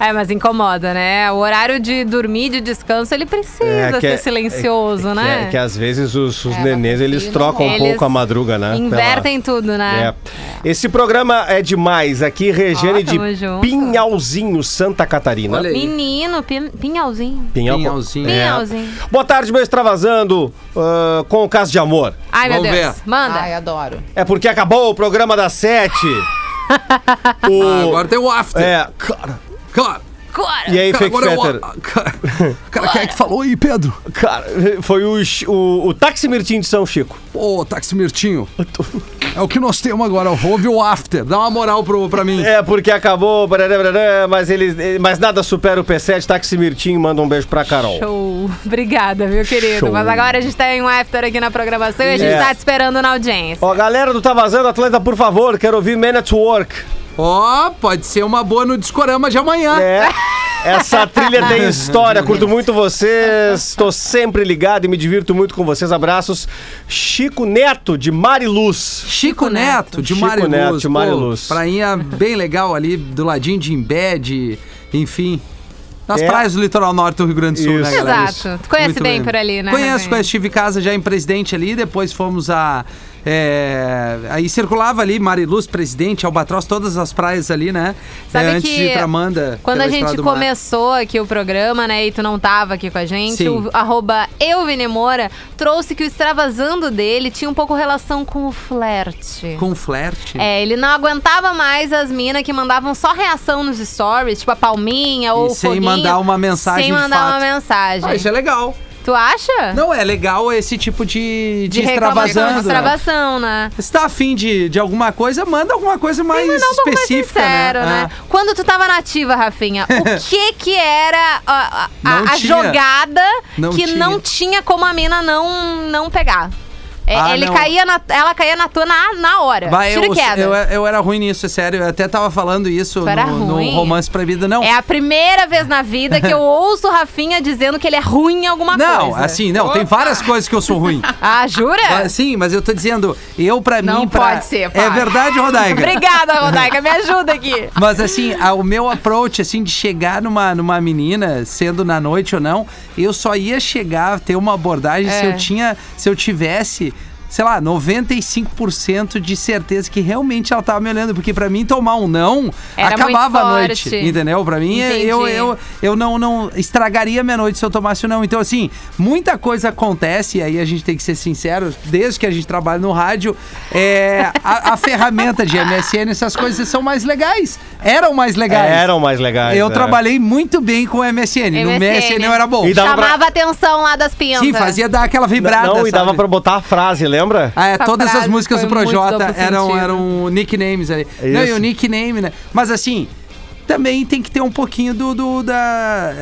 Speaker 5: É.
Speaker 3: É, mas incomoda, né? O horário de dormir, de descanso, ele
Speaker 5: É,
Speaker 3: precisa
Speaker 5: que
Speaker 3: ser
Speaker 5: é-
Speaker 3: silencioso,
Speaker 5: é, que
Speaker 3: né?
Speaker 5: é- que às vezes os, os
Speaker 8: É,
Speaker 5: nenês,
Speaker 8: vai
Speaker 5: eles
Speaker 8: conseguir,
Speaker 5: trocam um
Speaker 3: Eles
Speaker 5: pouco a madruga, né?
Speaker 3: Invertem tudo,
Speaker 5: Pela-
Speaker 3: né?
Speaker 5: É. Esse programa é demais. Aqui, Regiane
Speaker 3: Ó,
Speaker 5: de
Speaker 3: tamo junto.
Speaker 5: Pinhalzinho, Santa Catarina.
Speaker 9: Olha aí.
Speaker 3: Menino, pin- pinhalzinho.
Speaker 5: Pinhal-
Speaker 9: Pinhalzinho.
Speaker 5: É.
Speaker 3: Pinhalzinho.
Speaker 5: Boa tarde, meu extravasando ah, com o caso de amor.
Speaker 3: Ai, meu
Speaker 9: Vamos
Speaker 3: Deus.
Speaker 9: ver.
Speaker 3: Manda.
Speaker 8: Ai, adoro.
Speaker 5: É porque acabou o programa das sete. O-
Speaker 9: Ah, agora tem o after.
Speaker 5: É, cara,
Speaker 9: Cara,
Speaker 3: Agora.
Speaker 5: e aí,
Speaker 9: cara,
Speaker 5: Fake
Speaker 9: agora é o
Speaker 5: Fetter?
Speaker 9: a- cara, cara, quem é que falou aí, Pedro?
Speaker 5: Cara, foi o, Chi- o, o Táxi Mirtim de São Chico.
Speaker 9: Ô, táxi Mirtinho. É o que nós temos agora, o houve o after. Dá uma moral pro, pra mim.
Speaker 5: É, porque acabou, barará, barará, mas eles. eh, Mas nada supera o P7, Taxi Mirtinho, manda um beijo pra Carol.
Speaker 3: Show. Obrigada, meu querido.
Speaker 5: Show.
Speaker 3: Mas agora a gente tem um after aqui na programação e a gente
Speaker 5: É.
Speaker 3: tá te esperando na audiência.
Speaker 5: Ó, galera do Tá Vazando Atlanta, por favor, quero ouvir Man at Work.
Speaker 9: Ó, pode ser uma boa no discorama de
Speaker 3: Ah.
Speaker 9: amanhã.
Speaker 5: É. Essa trilha tem história, curto muito vocês, tô sempre ligado e me divirto muito com vocês. Abraços. Chico Neto, de Mariluz.
Speaker 9: Chico Neto, de
Speaker 5: Chico
Speaker 9: Mário
Speaker 5: Neto,
Speaker 9: Luz.
Speaker 5: de
Speaker 9: Pô,
Speaker 5: Mariluz.
Speaker 9: Prainha bem legal ali, do ladinho de Imbé, de- enfim. Nas
Speaker 5: É.
Speaker 9: praias do litoral norte do Rio Grande do Sul,
Speaker 5: Isso.
Speaker 9: né, galera?
Speaker 3: Exato. Tu conhece bem por ali, né,
Speaker 9: Conheço,
Speaker 3: Rafinha?
Speaker 9: conheço. Estive em casa já em Presidente ali, depois fomos a... é, aí circulava ali Mariluz, Presidente, Albatroz, todas as praias ali, né?
Speaker 3: Sabe
Speaker 9: É, antes
Speaker 3: que
Speaker 9: de ir pra Amanda.
Speaker 3: Quando
Speaker 9: pela
Speaker 3: a
Speaker 9: Estrada
Speaker 3: gente
Speaker 9: do Mar.
Speaker 3: começou aqui o programa, né, e tu não tava aqui com a gente,
Speaker 9: Sim.
Speaker 3: o arroba euvinemora trouxe que o extravasando dele tinha um pouco relação com o flerte.
Speaker 9: Com flerte.
Speaker 3: É, ele não aguentava mais as minas que mandavam só reação nos stories, tipo a palminha ou o
Speaker 9: sem
Speaker 3: foguinho,
Speaker 9: mandar uma mensagem
Speaker 3: Sem
Speaker 9: de
Speaker 3: mandar
Speaker 9: fato.
Speaker 3: uma mensagem.
Speaker 9: Ah, isso é legal.
Speaker 3: Tu acha?
Speaker 9: Não, é legal esse tipo de, de,
Speaker 3: reclamação, de
Speaker 9: extravasando. né?
Speaker 3: extravação, né?
Speaker 9: Se tá afim de, de alguma coisa, manda alguma coisa mais
Speaker 3: Não, vamos mais
Speaker 9: específica,
Speaker 3: sincero,
Speaker 9: né?
Speaker 3: né? Quando tu tava nativa, Rafinha, o que que era a, a- a-
Speaker 9: Não
Speaker 3: a
Speaker 9: tinha.
Speaker 3: jogada
Speaker 9: Não
Speaker 3: que
Speaker 9: tinha.
Speaker 3: não tinha como a mina não, não pegar? É,
Speaker 9: Ah,
Speaker 3: ele
Speaker 9: não.
Speaker 3: caía na- ela caía na tua na, na hora.
Speaker 9: Ah. Vai,
Speaker 3: Tiro
Speaker 9: eu,
Speaker 3: e queda.
Speaker 9: eu, eu era ruim nisso, é sério. Eu até tava falando isso
Speaker 3: Tu era
Speaker 9: no, no
Speaker 3: ruim?
Speaker 9: Romance Proibido. Não,
Speaker 3: É a primeira vez na vida que eu ouço o Rafinha dizendo que ele é ruim em alguma
Speaker 9: não
Speaker 3: coisa.
Speaker 9: assim, não. Tem várias coisas que eu sou ruim.
Speaker 3: Ah, jura?
Speaker 9: Ah, Sim, mas eu tô dizendo, eu pra mim...
Speaker 8: Não
Speaker 9: pra-
Speaker 8: pode ser,
Speaker 9: É
Speaker 8: para.
Speaker 9: verdade, Rodaiga?
Speaker 3: Obrigada, Rodaica. Me ajuda aqui.
Speaker 9: Mas assim, a- o meu approach, assim, de chegar numa, numa menina, sendo na noite ou não, eu só ia chegar, ter uma abordagem se
Speaker 3: É.
Speaker 9: eu tinha, se eu tivesse. Sei lá, 95% de certeza que realmente ela tava me olhando, porque pra mim tomar um não
Speaker 3: Era muito
Speaker 9: acabava a noite,
Speaker 3: forte.
Speaker 9: entendeu? Pra mim
Speaker 3: Entendi.
Speaker 9: eu, eu eu não não estragaria minha noite se eu tomasse um não. Então assim, muita coisa acontece e aí a gente tem que ser sincero, desde que a gente trabalha no rádio, é, a, a ferramenta de MSN, essas coisas são mais legais. Eram mais legais.
Speaker 5: Eram mais legais.
Speaker 9: Eu
Speaker 5: né?
Speaker 9: trabalhei muito bem com o MSN. No
Speaker 3: MSN.
Speaker 9: MSN eu era bom.
Speaker 5: E dava pra-
Speaker 3: Chamava a atenção lá das pintas.
Speaker 9: Sim, fazia dar aquela vibrada,
Speaker 5: Não, e dava
Speaker 9: sabe?
Speaker 5: pra botar a frase, lembra?
Speaker 9: Ah, é,
Speaker 3: Essa
Speaker 9: todas as
Speaker 3: frase
Speaker 9: músicas do
Speaker 3: foi muito
Speaker 9: Projota
Speaker 3: duplo
Speaker 9: eram,
Speaker 3: sentido.
Speaker 9: eram nicknames aí.
Speaker 5: Isso.
Speaker 9: Não, e o nickname, né? Mas assim, também tem que ter um pouquinho do. do- da,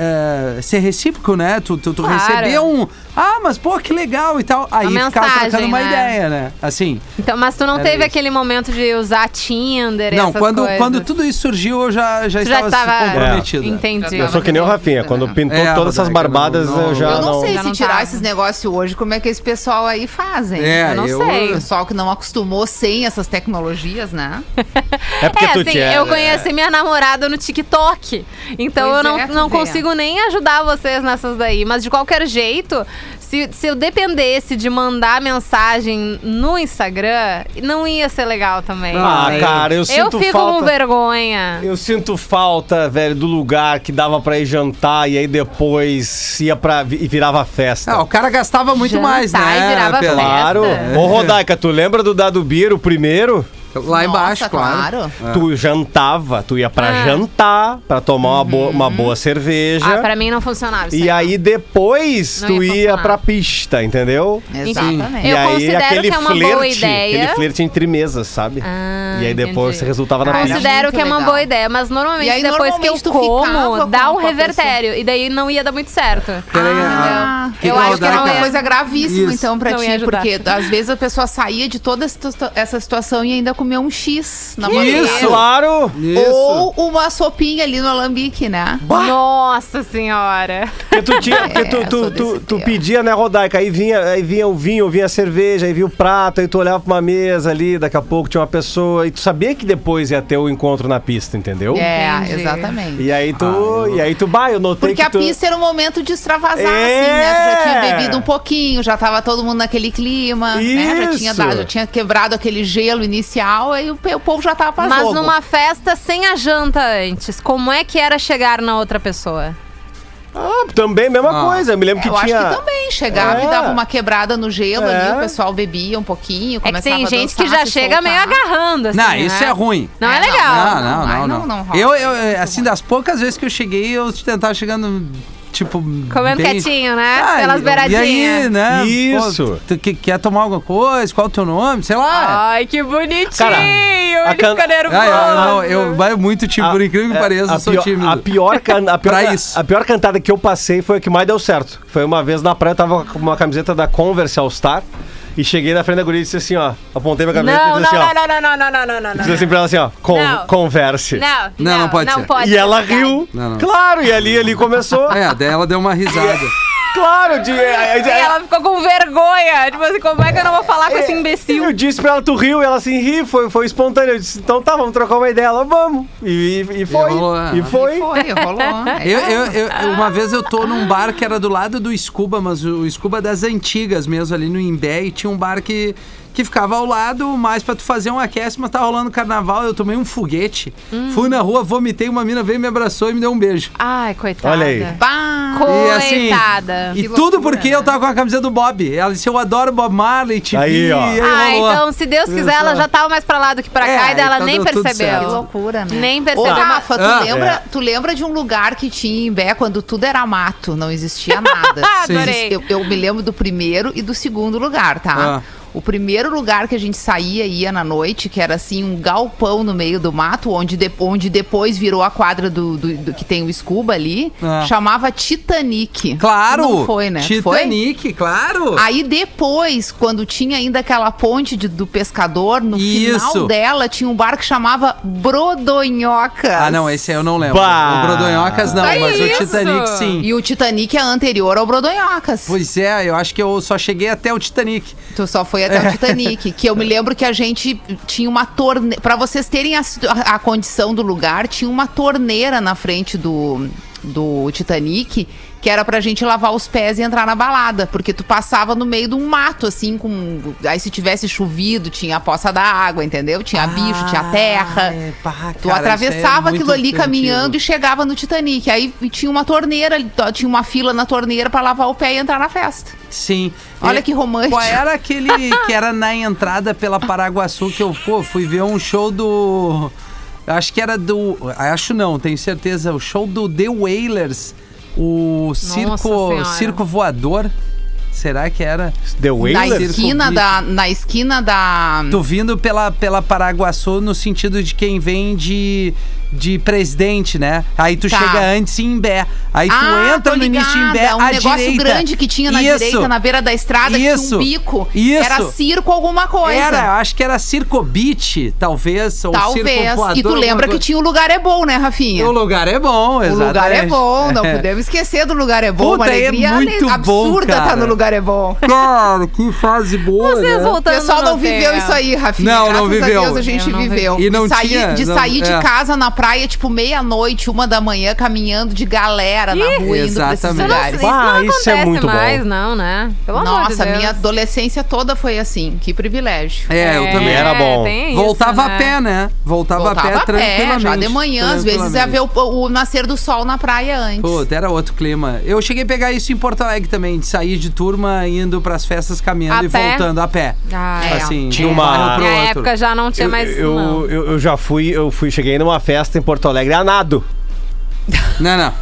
Speaker 9: é, ser recíproco, né? Tu, tu, tu
Speaker 3: Claro.
Speaker 9: receber um. Ah, mas pô, que legal e tal. Aí
Speaker 3: Uma
Speaker 9: ficava
Speaker 3: mensagem,
Speaker 9: trocando uma
Speaker 3: né?
Speaker 9: ideia, né? Assim.
Speaker 3: Então, mas tu não
Speaker 9: Era
Speaker 3: teve
Speaker 9: isso.
Speaker 3: aquele momento de usar Tinder e
Speaker 9: não,
Speaker 3: essas
Speaker 9: quando,
Speaker 3: coisas?
Speaker 9: quando tudo isso surgiu, eu já, já
Speaker 3: Tu já
Speaker 9: estava assim,
Speaker 3: tava...
Speaker 9: comprometido.
Speaker 3: Entendi.
Speaker 5: Eu sou que nem o Rafinha, quando pintou
Speaker 9: É,
Speaker 5: todas essas
Speaker 9: Rodaica,
Speaker 5: barbadas,
Speaker 9: não- não-
Speaker 5: eu já
Speaker 8: eu não, sei
Speaker 3: Já
Speaker 8: se
Speaker 3: não tá.
Speaker 8: tirar
Speaker 3: tava.
Speaker 8: esses negócios hoje, como é que esse pessoal aí fazem.
Speaker 9: É,
Speaker 3: Eu não
Speaker 9: eu-
Speaker 3: sei.
Speaker 8: O pessoal que não acostumou sem essas tecnologias, né?
Speaker 5: É porque
Speaker 3: é,
Speaker 5: tu
Speaker 3: assim,
Speaker 5: tinha.
Speaker 3: eu conheci minha namorada no TikTok. Então
Speaker 8: Pois
Speaker 3: eu não,
Speaker 8: é, tu
Speaker 3: não
Speaker 8: vê.
Speaker 3: consigo nem ajudar vocês nessas daí. Mas de qualquer jeito, se, se eu dependesse de mandar mensagem no Instagram, não ia ser legal também.
Speaker 5: Ah,
Speaker 9: Ah,
Speaker 5: cara, eu,
Speaker 3: eu
Speaker 5: sinto
Speaker 3: fico
Speaker 5: falta.
Speaker 3: com vergonha.
Speaker 5: Eu sinto falta, velho, do lugar que dava pra ir jantar e aí depois ia pra, vi- e virava festa.
Speaker 9: Ah, o cara gastava muito
Speaker 3: Jantar
Speaker 9: mais, né?
Speaker 3: tá, e virava
Speaker 9: Pedro?
Speaker 3: festa.
Speaker 5: claro. Ô, Rodaica, tu lembra do Dado Beer, o primeiro?
Speaker 9: Lá embaixo,
Speaker 8: Nossa,
Speaker 9: claro.
Speaker 8: claro.
Speaker 5: Tu jantava, tu ia pra
Speaker 3: Ah. Uhum.
Speaker 5: jantar, pra tomar uma, boa, uma boa cerveja.
Speaker 3: Ah, pra mim não funcionava. isso
Speaker 5: E aí depois
Speaker 3: Não ia
Speaker 5: tu ia
Speaker 3: funcionar.
Speaker 5: pra pista, entendeu?
Speaker 8: Exatamente.
Speaker 5: assim, E
Speaker 3: Eu
Speaker 5: aí
Speaker 3: considero que
Speaker 5: aquele
Speaker 3: é uma boa
Speaker 5: flerte,
Speaker 3: ideia.
Speaker 5: aquele flerte entre mesas, sabe?
Speaker 3: Ah,
Speaker 5: e aí depois
Speaker 3: entendi.
Speaker 5: resultava na
Speaker 8: Ah,
Speaker 5: pista.
Speaker 3: Considero
Speaker 8: muito
Speaker 3: que é uma
Speaker 8: legal.
Speaker 3: boa ideia, mas normalmente
Speaker 8: E aí,
Speaker 3: depois
Speaker 8: normalmente,
Speaker 3: que eu
Speaker 8: tu ficava
Speaker 3: como, dá
Speaker 8: com-
Speaker 3: um
Speaker 8: com a
Speaker 3: revertério. E daí não ia dar muito certo.
Speaker 9: Peraí,
Speaker 8: Ah,
Speaker 9: a-
Speaker 8: eu acho que era
Speaker 9: rodada-
Speaker 8: uma coisa gravíssima,
Speaker 9: Isso.
Speaker 8: então, pra
Speaker 3: Não ia
Speaker 8: ti,
Speaker 3: ajudar.
Speaker 8: porque às vezes a pessoa saía de toda essa situa- essa situação e ainda comeu um X na
Speaker 9: Isso!
Speaker 8: banheira.
Speaker 5: Claro!
Speaker 9: Isso.
Speaker 8: Ou uma sopinha ali no alambique, né?
Speaker 3: Nossa senhora.
Speaker 5: Porque tu, tinha, porque tu,
Speaker 8: É,
Speaker 5: tu,
Speaker 8: sou desse
Speaker 5: tu, tu
Speaker 8: pior.
Speaker 5: pedia, né, Rodaica? Aí vinha, aí vinha o vinho, vinha a cerveja, aí vinha o prato, aí tu olhava pra uma mesa ali, daqui a pouco tinha uma pessoa. E tu sabia que depois ia ter o encontro na pista, entendeu?
Speaker 8: É,
Speaker 3: Entendi.
Speaker 8: exatamente.
Speaker 5: E aí tu.
Speaker 9: Ah,
Speaker 5: E aí tu vai, eu notei
Speaker 8: Porque
Speaker 5: que
Speaker 8: a
Speaker 5: tu.
Speaker 8: pista era um momento de extravasar, assim, né? Tu já
Speaker 5: É.
Speaker 8: tinha bebido um pouquinho, já tava todo mundo naquele clima, né? Já tinha,
Speaker 5: Isso.
Speaker 8: dado, já tinha quebrado aquele gelo inicial, aí o, pe- o povo já tava pra
Speaker 3: Mas
Speaker 8: jogo.
Speaker 3: numa festa sem a janta antes, como é que era chegar na outra pessoa?
Speaker 5: Ah, também, mesma
Speaker 9: Ah.
Speaker 5: coisa. Eu me lembro que
Speaker 8: É, eu
Speaker 5: tinha.
Speaker 8: acho que também chegava
Speaker 5: É.
Speaker 8: e dava uma quebrada no gelo
Speaker 5: É.
Speaker 8: ali, o pessoal bebia um pouquinho,
Speaker 3: É que
Speaker 8: começava
Speaker 3: tem
Speaker 8: a
Speaker 3: gente
Speaker 8: dançar,
Speaker 3: que já
Speaker 8: se
Speaker 3: chega
Speaker 8: soltar.
Speaker 3: meio agarrando, assim.
Speaker 9: Não,
Speaker 3: né?
Speaker 9: isso é ruim.
Speaker 3: Não é
Speaker 8: É, não,
Speaker 3: legal.
Speaker 9: Não, não,
Speaker 8: Ai,
Speaker 9: não, não.
Speaker 8: não, não rola.
Speaker 9: eu, eu, assim, das poucas vezes que eu cheguei, eu tentava chegando, tipo.
Speaker 3: Comendo
Speaker 9: bem-
Speaker 3: quietinho, né?
Speaker 9: Ah,
Speaker 3: Pelas
Speaker 9: e- E aí,
Speaker 3: beiradinhas.
Speaker 9: né?
Speaker 5: Isso.
Speaker 9: Pô, tu que- quer tomar alguma coisa? Qual é o teu nome? Sei lá.
Speaker 3: Ai, que bonitinho!
Speaker 5: Cara, a
Speaker 3: Ele
Speaker 5: can-
Speaker 3: fica Ah, nervoso.
Speaker 9: Ah, eu, não, eu vai muito tímido, por incrível que pareça, eu sou
Speaker 5: pior,
Speaker 9: tímido.
Speaker 5: é, A pior, can, a, pior
Speaker 9: Pra
Speaker 5: ca-
Speaker 9: isso.
Speaker 5: a pior cantada que eu passei foi a que mais deu certo. Foi uma vez na praia, eu tava com uma camiseta da Converse All Star e cheguei na frente da guria e disse assim, ó. Apontei minha camiseta
Speaker 3: Não,
Speaker 5: e
Speaker 3: não,
Speaker 5: disse assim, ó.
Speaker 3: não, não, não, não, não, não, não, não.
Speaker 5: Fiz assim pra ela assim, ó. Con,
Speaker 3: Não.
Speaker 5: Converse.
Speaker 3: Não,
Speaker 9: Não, não pode ser.
Speaker 5: E ela
Speaker 3: verdade.
Speaker 5: riu.
Speaker 9: Não, não.
Speaker 5: Claro, e ali, ali começou.
Speaker 9: É, daí ela deu uma risada.
Speaker 5: claro, de, é, é,
Speaker 3: E
Speaker 5: é-
Speaker 3: ela ficou com vergonha. Tipo assim, como é que eu não vou falar com esse imbecil?
Speaker 5: Eu disse pra ela, tu riu, e ela assim, ri, foi, foi espontâneo. Eu disse, então tá, vamos trocar uma ideia. Ela, vamos. E, e- e foi.
Speaker 9: rolou, é.
Speaker 5: E foi.
Speaker 8: Foi, rolou. É
Speaker 3: Ah,
Speaker 9: Eu, eu- eu- eu- uma vez eu tô num bar que era do lado do Scuba, mas o Scuba das antigas mesmo, ali no Imbé, e tinha um bar que, que ficava ao lado, mais pra tu fazer um aquece, mas tá rolando carnaval, eu tomei um foguete.
Speaker 3: Hum.
Speaker 9: Fui na rua, vomitei, uma mina veio, me abraçou e me deu um beijo.
Speaker 3: Ai, coitada.
Speaker 5: Olha aí.
Speaker 8: Bah,
Speaker 9: E assim,
Speaker 3: Coitada. né?
Speaker 9: e tudo porque eu tava com a camisa do Bob. Ela disse, eu adoro Bob Marley, TV,
Speaker 5: Aí, ó.
Speaker 9: e aí
Speaker 3: Ah,
Speaker 9: rolou.
Speaker 3: então se Deus quiser, ela já tava mais pra lá do que pra
Speaker 9: É,
Speaker 3: cá e daí ela
Speaker 9: então
Speaker 3: nem
Speaker 9: deu tudo
Speaker 8: que
Speaker 3: percebeu.
Speaker 9: certo.
Speaker 8: loucura, né?
Speaker 3: Nem
Speaker 8: Ô,
Speaker 3: percebeu.
Speaker 8: Rafa, tu,
Speaker 9: Ah,
Speaker 8: lembra,
Speaker 5: é.
Speaker 8: tu lembra de um lugar que tinha em Bé quando tudo era mato, não existia nada?
Speaker 9: Sim.
Speaker 3: Ah, Adorei.
Speaker 8: Eu, eu me lembro do primeiro e do segundo lugar, tá?
Speaker 9: Ah.
Speaker 8: O primeiro lugar que a gente saía e ia na noite, que era assim um galpão no meio do mato, onde, de- onde depois virou a quadra do, do- do- que tem o Scuba ali,
Speaker 9: Ah.
Speaker 8: chamava Titanic.
Speaker 9: Claro!
Speaker 8: Não foi, né? Foi?
Speaker 9: Titanic, claro!
Speaker 3: Ah,
Speaker 8: Aí depois, quando tinha ainda aquela ponte de- do pescador, no
Speaker 9: Isso.
Speaker 8: final dela tinha um bar que chamava Brodonhocas.
Speaker 9: Ah, não, esse aí eu não lembro.
Speaker 5: Bah.
Speaker 9: O Brodonhocas não,
Speaker 3: Que
Speaker 9: mas
Speaker 3: isso?
Speaker 9: o Titanic sim.
Speaker 8: E o Titanic é anterior ao Brodonhocas.
Speaker 9: Pois é, eu acho que eu só cheguei até o Titanic.
Speaker 8: Tu só foi
Speaker 9: É.
Speaker 8: até o Titanic, que eu me lembro que a gente tinha uma torneira. Pra vocês terem a, situ- a- a condição do lugar, tinha uma torneira na frente do, do Titanic, que era pra gente lavar os pés e entrar na balada. Porque tu passava no meio de um mato, assim, com. Aí se tivesse chovido, tinha a poça da água, entendeu? Tinha bicho, tinha terra.
Speaker 9: Ah, é, pá,
Speaker 8: Tu
Speaker 9: cara, isso é
Speaker 8: atravessava
Speaker 9: muito
Speaker 8: aquilo ali
Speaker 9: primitivo.
Speaker 8: caminhando e chegava no Titanic. Aí tinha uma torneira, ali, t- tinha uma fila na torneira pra lavar o pé e entrar na festa.
Speaker 9: Sim.
Speaker 8: Olha
Speaker 9: E
Speaker 8: que romântico.
Speaker 9: Qual era aquele que era na entrada pela Paraguaçu que eu pô, fui ver um show do. Acho que era do. Acho não, tenho certeza. O show do The Wailers. O circo,
Speaker 3: Senhora.
Speaker 9: circo voador. Será que era?
Speaker 5: The
Speaker 8: Na
Speaker 5: Wailers?
Speaker 8: esquina da. Na esquina da.
Speaker 9: Tu vindo pela, pela Paraguaçu no sentido de quem vem de, de presidente, né? Aí tu
Speaker 8: Tá.
Speaker 9: chega antes em Imbé. Aí tu
Speaker 8: Ah,
Speaker 9: entra
Speaker 8: tô
Speaker 9: no início em
Speaker 8: ligada,
Speaker 9: Imbé,
Speaker 8: um
Speaker 9: à
Speaker 8: negócio
Speaker 9: direita.
Speaker 8: grande que tinha na
Speaker 9: Isso.
Speaker 8: direita, na beira da estrada, que tinha
Speaker 9: Isso.
Speaker 8: um bico.
Speaker 9: Isso.
Speaker 8: Era circo alguma coisa.
Speaker 9: Era, acho que era Circo Beach, talvez, ou Circo
Speaker 8: Talvez.
Speaker 9: Voador.
Speaker 8: E tu lembra que tinha o lugar é bom, né, Rafinha?
Speaker 9: O lugar é bom,
Speaker 8: O
Speaker 9: exatamente.
Speaker 8: lugar é bom, não
Speaker 9: É.
Speaker 8: podemos esquecer do lugar é bom.
Speaker 9: Puta,
Speaker 8: Uma
Speaker 9: é
Speaker 8: alegria
Speaker 9: muito
Speaker 8: absurda
Speaker 9: bom,
Speaker 8: tá
Speaker 9: cara.
Speaker 8: no lugar é bom.
Speaker 9: Claro, que fase boa,
Speaker 3: Vocês
Speaker 9: né?
Speaker 8: O
Speaker 3: voltando
Speaker 8: pessoal
Speaker 3: Tá no
Speaker 8: não viveu
Speaker 3: tema.
Speaker 8: isso aí, Rafinha.
Speaker 9: Não, não
Speaker 8: Graças
Speaker 9: viveu.
Speaker 8: A Deus a gente
Speaker 3: Eu não
Speaker 8: viveu.
Speaker 9: vivi. E não
Speaker 8: de sair,
Speaker 9: tinha,
Speaker 8: de,
Speaker 9: não-
Speaker 8: sair de
Speaker 9: é.
Speaker 8: casa na praia, tipo, meia-noite, uma da manhã, caminhando de galera na
Speaker 3: Ih,
Speaker 8: rua, indo pra esses
Speaker 9: exatamente.
Speaker 8: lugares.
Speaker 3: isso não
Speaker 5: Ah,
Speaker 3: acontece
Speaker 5: isso é muito bom.
Speaker 3: mais, não, né? Pelo amor de
Speaker 8: Nossa,
Speaker 3: Deus.
Speaker 8: minha adolescência toda foi assim. Que privilégio.
Speaker 9: É, eu também.
Speaker 5: Era bom.
Speaker 8: é
Speaker 3: tem isso,
Speaker 9: Voltava
Speaker 3: né?
Speaker 9: a pé, né? Voltava, a pé tranquilamente.
Speaker 8: já de manhã, às vezes é ia ver o, o nascer do sol na praia antes.
Speaker 9: Puta, era outro clima. Eu cheguei a pegar isso em Porto Alegre também, de sair de turma, indo pras festas caminhando
Speaker 3: A
Speaker 9: e
Speaker 3: pé?
Speaker 9: voltando a pé.
Speaker 3: Ah,
Speaker 8: É.
Speaker 9: Assim,
Speaker 5: Tinha
Speaker 9: de um
Speaker 5: uma-
Speaker 9: bairro pro
Speaker 3: Minha
Speaker 9: outro.
Speaker 3: época já não tinha
Speaker 5: Eu,
Speaker 3: mais.
Speaker 5: eu,
Speaker 3: não.
Speaker 5: eu- eu já fui, eu fui, cheguei numa festa em Porto Alegre a nado.
Speaker 9: Não, não.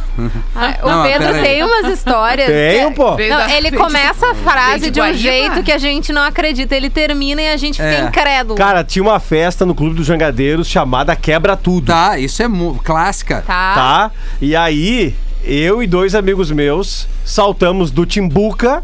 Speaker 3: Ah,
Speaker 9: Não,
Speaker 3: o
Speaker 9: mas
Speaker 3: Pedro
Speaker 9: peraí.
Speaker 3: tem umas histórias. que- é-
Speaker 5: Tenho, pô.
Speaker 3: Não, ele começa a frase
Speaker 8: de
Speaker 3: de um
Speaker 8: Guaíba.
Speaker 3: jeito que a gente não acredita. Ele termina e a gente fica
Speaker 9: É.
Speaker 3: incrédulo.
Speaker 5: Cara, tinha uma festa no Clube dos Jangadeiros chamada Quebra Tudo.
Speaker 9: Tá, isso é mu- clássica.
Speaker 3: Tá.
Speaker 5: tá? E aí, eu e dois amigos meus saltamos do Timbuca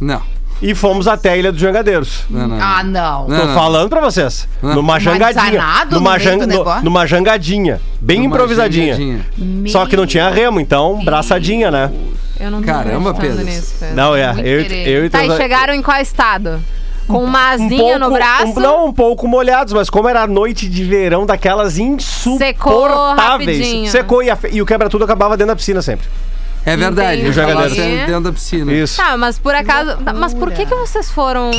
Speaker 9: Não.
Speaker 5: e fomos até a Ilha dos Jangadeiros.
Speaker 9: Não, não.
Speaker 8: Ah, não.
Speaker 9: Não.
Speaker 5: Tô falando pra vocês. Numa jangadinha.
Speaker 8: desanado
Speaker 5: Numa,
Speaker 8: no meio do
Speaker 5: no-
Speaker 8: negócio?
Speaker 5: numa jangadinha. Bem
Speaker 9: Numa
Speaker 5: improvisadinha.
Speaker 9: gingadinha.
Speaker 5: Só que não tinha remo, então, braçadinha, né?
Speaker 3: Eu não tô
Speaker 9: Caramba,
Speaker 3: acreditando
Speaker 9: Pedro.
Speaker 3: nisso, Pedro.
Speaker 5: Não, é.
Speaker 8: muito
Speaker 5: Eu,
Speaker 8: querer.
Speaker 5: eu e
Speaker 3: Tá, e
Speaker 5: teus-
Speaker 3: chegaram em qual estado? Com uma asinha no
Speaker 5: pouco-
Speaker 3: braço?
Speaker 5: um- não, um pouco molhados, mas como era noite de verão daquelas insuportáveis.
Speaker 3: rapidinho.
Speaker 5: Secou e, a fe- e o quebra-tudo acabava dentro da piscina sempre.
Speaker 9: É verdade.
Speaker 3: Entendi.
Speaker 9: Acaba
Speaker 5: Jogadeira.
Speaker 9: sendo dentro da piscina.
Speaker 5: Isso.
Speaker 3: Tá, mas por acaso. Mas por que, que vocês foram.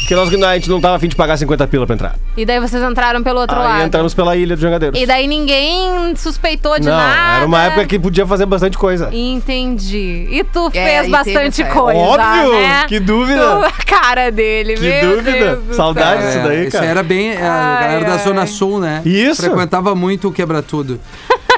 Speaker 5: Porque nós, a gente não tava afim de pagar 50 pila pra entrar.
Speaker 3: E daí vocês entraram pelo outro
Speaker 5: Aí
Speaker 3: lado?
Speaker 5: entramos pela Ilha dos Jangadeiros.
Speaker 3: E daí ninguém suspeitou de
Speaker 5: não,
Speaker 3: nada.
Speaker 5: era uma época que podia fazer bastante coisa.
Speaker 3: Entendi. E tu
Speaker 8: É,
Speaker 3: fez
Speaker 8: e teve
Speaker 3: bastante
Speaker 8: essa-
Speaker 3: coisa.
Speaker 5: Óbvio!
Speaker 3: né?
Speaker 5: Que dúvida!
Speaker 3: Tu- a cara dele,
Speaker 5: Que
Speaker 3: meu
Speaker 5: dúvida!
Speaker 3: Deus do
Speaker 5: Saudade.
Speaker 3: céu.
Speaker 5: Ah, isso daí,
Speaker 9: isso
Speaker 5: cara.
Speaker 9: era bem. é, A
Speaker 3: Ai,
Speaker 9: galera da
Speaker 3: ai.
Speaker 9: Zona Sul, né?
Speaker 5: Isso.
Speaker 9: Frequentava muito o quebra-tudo.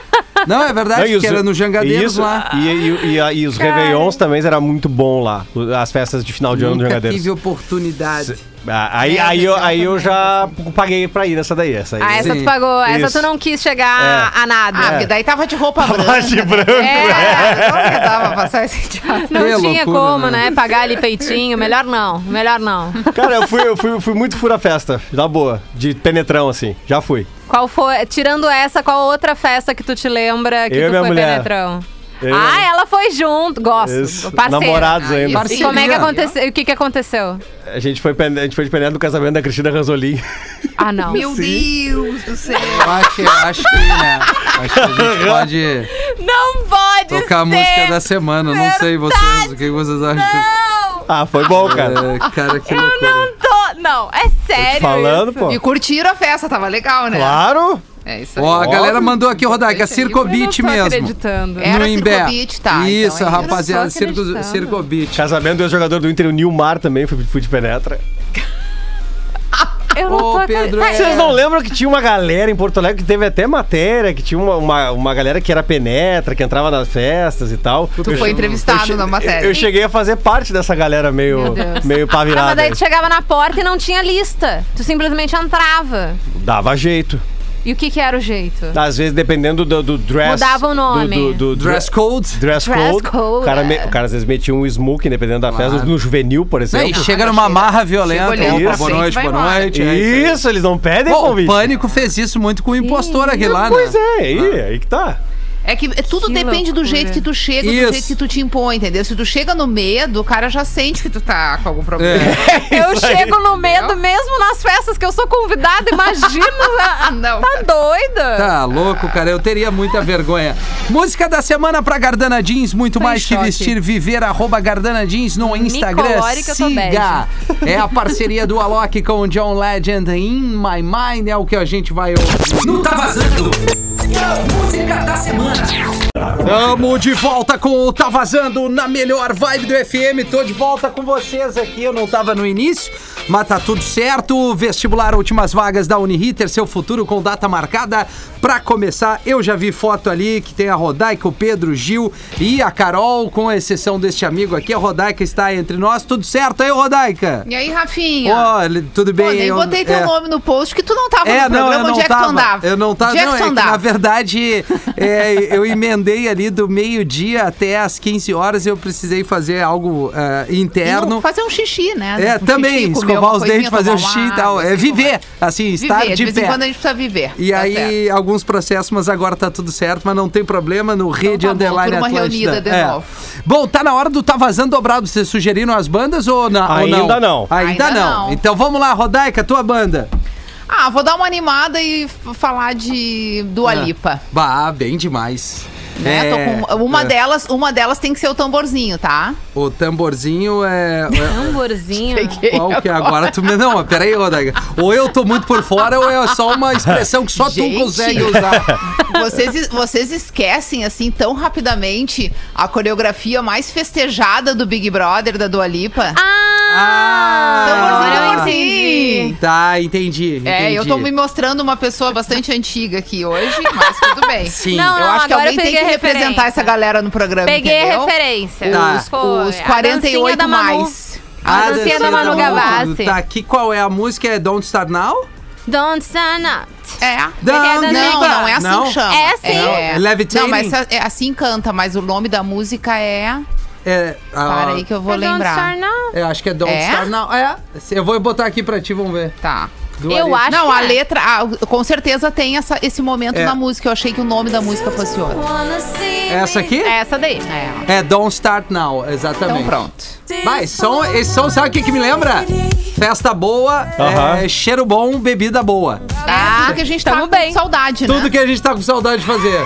Speaker 9: Não, é
Speaker 5: Não,
Speaker 9: verdade,
Speaker 5: e os-
Speaker 9: que era no Jangadeiros
Speaker 5: isso, Ah,
Speaker 9: lá.
Speaker 5: E, e- e- a- e os Réveillons também era muito bom lá. As festas de final de ano do
Speaker 9: Nunca
Speaker 5: Jangadeiros.
Speaker 9: tive oportunidade.
Speaker 5: Ah, Aí,
Speaker 8: É,
Speaker 5: aí, eu,
Speaker 8: Réveillon
Speaker 5: aí eu
Speaker 8: também,
Speaker 5: já paguei pra ir nessa daí. Essa aí.
Speaker 3: Ah, essa
Speaker 9: Sim,
Speaker 3: tu pagou. Essa
Speaker 5: isso. É.
Speaker 3: tu não quis chegar a nada.
Speaker 9: É.
Speaker 8: Ah, porque daí tava de roupa branca.
Speaker 5: Laje branco.
Speaker 8: É, não que dava pra passar esse dia.
Speaker 3: Não
Speaker 9: Que
Speaker 3: tinha
Speaker 9: loucura,
Speaker 3: como,
Speaker 9: né?
Speaker 3: né? Pagar ali peitinho. Melhor não. Melhor não.
Speaker 5: Cara, eu fui, eu fui, fui muito fura festa, na boa. De penetrão, assim. Já fui.
Speaker 3: Qual foi. Tirando essa, qual outra festa que tu te lembra que
Speaker 5: Eu e
Speaker 3: tu
Speaker 5: minha
Speaker 3: foi
Speaker 5: mulher.
Speaker 3: penetrão?
Speaker 5: Eu e
Speaker 3: ah,
Speaker 5: minha-
Speaker 3: ela foi junto. Gosto.
Speaker 5: Isso.
Speaker 3: Parceira.
Speaker 5: Namorados
Speaker 8: Ah,
Speaker 5: ainda.
Speaker 8: isso.
Speaker 3: E como é que
Speaker 9: Parceria.
Speaker 3: aconteceu? O que, que aconteceu?
Speaker 5: A gente, foi, pene- a gente foi de penetra no casamento da Cristina Ranzolin.
Speaker 3: Ah, não.
Speaker 8: Meu Deus do céu.
Speaker 9: Eu acho, eu acho que, né? Acho que a gente pode
Speaker 3: Não pode
Speaker 9: tocar
Speaker 3: ser.
Speaker 9: a música da semana. Não sei vocês, o que vocês acham.
Speaker 3: Não!
Speaker 5: Ah, foi bom, cara.
Speaker 9: É, cara, que
Speaker 3: Eu
Speaker 9: loucura.
Speaker 3: não tô. Não, é sério.
Speaker 5: Falando,
Speaker 3: isso.
Speaker 5: pô.
Speaker 8: E curtiram a festa, tava legal, né?
Speaker 5: Claro!
Speaker 8: É isso aí.
Speaker 9: Ó, a galera mandou aqui, Rodaica,
Speaker 8: Esse aí
Speaker 3: Eu não
Speaker 9: Circobit
Speaker 3: tô
Speaker 9: mesmo.
Speaker 3: acreditando.
Speaker 8: É. Era
Speaker 9: no Imbé.
Speaker 8: Circobit, tá,
Speaker 9: Isso,
Speaker 8: então é isso.
Speaker 9: rapaziada,
Speaker 3: Eu não tô
Speaker 9: Circo,
Speaker 3: acreditando.
Speaker 9: Circobit.
Speaker 5: Casamento do ex-jogador do Inter, o Nilmar, também fui, fui de penetra.
Speaker 3: Eu não
Speaker 9: Ô,
Speaker 3: tô Tá,
Speaker 9: Pedro,
Speaker 3: acreditando.
Speaker 5: Vocês não lembram que tinha uma galera em Porto Alegre que teve até matéria, que tinha uma, uma, uma galera que era penetra, que entrava nas festas e tal.
Speaker 8: Tu foi entrevistado na matéria.
Speaker 5: Eu, eu cheguei a fazer parte dessa galera meio,
Speaker 3: Meu Deus.
Speaker 5: meio
Speaker 3: Ah,
Speaker 5: pá
Speaker 3: mas
Speaker 5: virada.
Speaker 3: daí tu chegava na porta e não tinha lista. Tu simplesmente entrava.
Speaker 5: Dava jeito.
Speaker 3: E o que que era o jeito?
Speaker 5: Às vezes, dependendo do, do dress.
Speaker 3: Mudava o nome.
Speaker 5: Do, do- do
Speaker 9: Dress code.
Speaker 5: dress
Speaker 3: Dress
Speaker 5: code.
Speaker 3: code,
Speaker 5: O, cara me-
Speaker 3: é.
Speaker 5: o cara às vezes metia um smoke, dependendo da
Speaker 9: Claro.
Speaker 5: festa, no juvenil, por
Speaker 9: Não, e
Speaker 5: exemplo.
Speaker 9: chega numa marra violenta.
Speaker 8: olhando
Speaker 9: Opa,
Speaker 5: pra
Speaker 9: boa
Speaker 8: frente,
Speaker 9: noite,
Speaker 8: vai
Speaker 9: boa
Speaker 8: embora.
Speaker 9: noite. é aí.
Speaker 5: Isso, eles não pedem
Speaker 9: Pô, o
Speaker 5: convite.
Speaker 9: Pânico fez isso muito com o impostor aqui lá, né?
Speaker 5: Pois é, aí, aí que tá.
Speaker 8: É que tudo
Speaker 3: Que
Speaker 8: depende do
Speaker 3: loucura.
Speaker 8: jeito que tu chega, do
Speaker 9: Isso.
Speaker 8: jeito que tu te impõe, entendeu? Se tu chega no medo, o cara já sente que tu tá com algum problema.
Speaker 9: É.
Speaker 3: eu chego no medo mesmo nas festas que eu sou convidada, imagina.
Speaker 8: Ah, não.
Speaker 3: tá doida?
Speaker 9: Tá louco, cara. Eu teria muita vergonha. Música da semana pra Gardana Jeans, muito
Speaker 3: Tô em
Speaker 9: mais que
Speaker 3: choque.
Speaker 9: vestir, viver, arroba Gardana Jeans no Instagram.
Speaker 3: colore que eu tô
Speaker 9: Siga. É a parceria do Alok com o John Legend In My Mind, é o que a gente vai ouvir. Não tá vazando! Música da semana. Tamo de volta com o Tá Vazando na melhor vibe do FM. Tô de volta com vocês aqui. Eu não tava no início, mas tá tudo certo. Vestibular Últimas Vagas da Uniriter, seu futuro com data marcada. Pra começar, eu já vi foto ali que tem a Rodaica, o Pedro, o Gil e a Carol, com exceção deste amigo aqui. A Rodaica está entre nós. Tudo certo aí, Rodaica?
Speaker 8: E aí, Rafinha?
Speaker 9: Olha, tudo bem.
Speaker 8: Pô, nem
Speaker 9: Eu-
Speaker 8: botei teu
Speaker 9: é.
Speaker 8: nome no post, que tu não tava
Speaker 9: É,
Speaker 8: no
Speaker 9: não,
Speaker 8: programa,
Speaker 9: eu não
Speaker 8: onde é que
Speaker 9: tava.
Speaker 8: tu andava?
Speaker 9: Eu não tava.
Speaker 8: Onde é
Speaker 9: não,
Speaker 8: que tu
Speaker 9: é que, na
Speaker 8: andava?
Speaker 9: verdade, é, eu emendei ali do meio-dia até às 15 horas. Eu precisei fazer algo ah, interno.
Speaker 8: Não, fazer um xixi, né?
Speaker 9: É,
Speaker 8: Um xixi,
Speaker 9: também,
Speaker 8: comer
Speaker 9: escovar
Speaker 8: uma
Speaker 9: os
Speaker 8: coisinha,
Speaker 9: dentes, fazer o
Speaker 8: tomar um
Speaker 9: xixi e
Speaker 8: ar,
Speaker 9: tal. É
Speaker 8: assim,
Speaker 9: viver, assim, estar
Speaker 8: Viver,
Speaker 9: de
Speaker 8: de vez em
Speaker 9: pé.
Speaker 8: quando a gente precisa viver.
Speaker 9: E
Speaker 8: tá
Speaker 9: aí,
Speaker 8: certo.
Speaker 9: alguns processos, mas agora tá tudo certo, mas não tem problema no Rede
Speaker 8: tá bom,
Speaker 9: Underline
Speaker 8: turma
Speaker 9: Atlântida.
Speaker 8: reunida de
Speaker 9: É.
Speaker 8: novo.
Speaker 9: Bom, tá na hora do Tá Vazando Dobrado. Vocês sugeriram as bandas ou, na, ou
Speaker 5: Ainda não.
Speaker 9: Ainda,
Speaker 8: Ainda
Speaker 9: não.
Speaker 8: não.
Speaker 9: Então vamos lá, Rodaica, tua banda.
Speaker 8: Ah, vou dar uma animada e f- falar de Dua Lipa.
Speaker 9: Bah, bem demais.
Speaker 8: Né?
Speaker 9: Ah. É,
Speaker 8: Tô com- uma,
Speaker 9: é,
Speaker 8: delas, uma delas tem que ser o tamborzinho, tá?
Speaker 9: O tamborzinho é.
Speaker 3: Tamborzinho.
Speaker 9: é qual que é agora? Tu me... Não, mas peraí, Rodaiga. Ou eu tô muito por fora, ou é só uma expressão que só
Speaker 8: Gente.
Speaker 9: tu consegue usar.
Speaker 8: Vocês, vocês esquecem, assim, tão rapidamente a coreografia mais festejada do Big Brother, da Dua Lipa?
Speaker 9: Ah,
Speaker 3: agora
Speaker 8: tamborzinho,
Speaker 3: eu
Speaker 8: tamborzinho!
Speaker 9: Tá, entendi.
Speaker 8: É, eu tô
Speaker 9: entendi.
Speaker 8: me mostrando uma pessoa bastante antiga aqui hoje, mas tudo bem.
Speaker 9: Sim.
Speaker 3: Não,
Speaker 8: eu acho que
Speaker 3: agora
Speaker 8: alguém
Speaker 3: eu
Speaker 8: tem que
Speaker 3: peguei a
Speaker 8: representar
Speaker 3: referência.
Speaker 8: essa galera no programa,
Speaker 3: Peguei a
Speaker 8: entendeu?
Speaker 3: referência.
Speaker 9: Tá.
Speaker 8: Os,
Speaker 3: Foi.
Speaker 8: os
Speaker 3: A
Speaker 8: 48
Speaker 3: dancinha da Manu.
Speaker 8: mais.
Speaker 3: A
Speaker 9: Ah,
Speaker 3: dancinha da Manu Gavassi.
Speaker 9: Tá aqui, qual é a música? É Don't Start Now?
Speaker 3: Don't stand up.
Speaker 8: É.
Speaker 9: Don't
Speaker 3: Não,
Speaker 8: Não,
Speaker 9: Start Now.
Speaker 8: não é assim
Speaker 9: Não?
Speaker 8: que chama.
Speaker 3: É assim.
Speaker 9: É Levitating?
Speaker 8: Não, mas é- é assim canta, mas o nome da música é.
Speaker 9: É, ah,
Speaker 8: Para aí que eu vou
Speaker 3: Don't
Speaker 8: lembrar.
Speaker 3: start now.
Speaker 9: Eu acho que é Don't
Speaker 8: É?
Speaker 9: Start Now. É, eu vou botar aqui pra ti, vamos ver.
Speaker 8: Tá.
Speaker 9: Do
Speaker 3: Eu
Speaker 9: Ari-
Speaker 3: acho
Speaker 8: Não,
Speaker 3: que
Speaker 8: a
Speaker 3: é.
Speaker 8: letra, ah, com certeza tem essa- esse momento
Speaker 9: É.
Speaker 8: na música. Eu achei que o nome da música fosse outro.
Speaker 9: Essa aqui?
Speaker 3: É Essa daí.
Speaker 8: É.
Speaker 9: É Don't Start Now, exatamente.
Speaker 8: Então pronto.
Speaker 9: Vai, som, esse som sabe o que, que me lembra? Festa boa,
Speaker 5: Aham.
Speaker 9: é, cheiro bom, bebida boa.
Speaker 8: Ah, tudo que a gente tá
Speaker 3: tamo
Speaker 8: com
Speaker 3: bem.
Speaker 8: saudade, né?
Speaker 9: Tudo que a gente tá com saudade de fazer.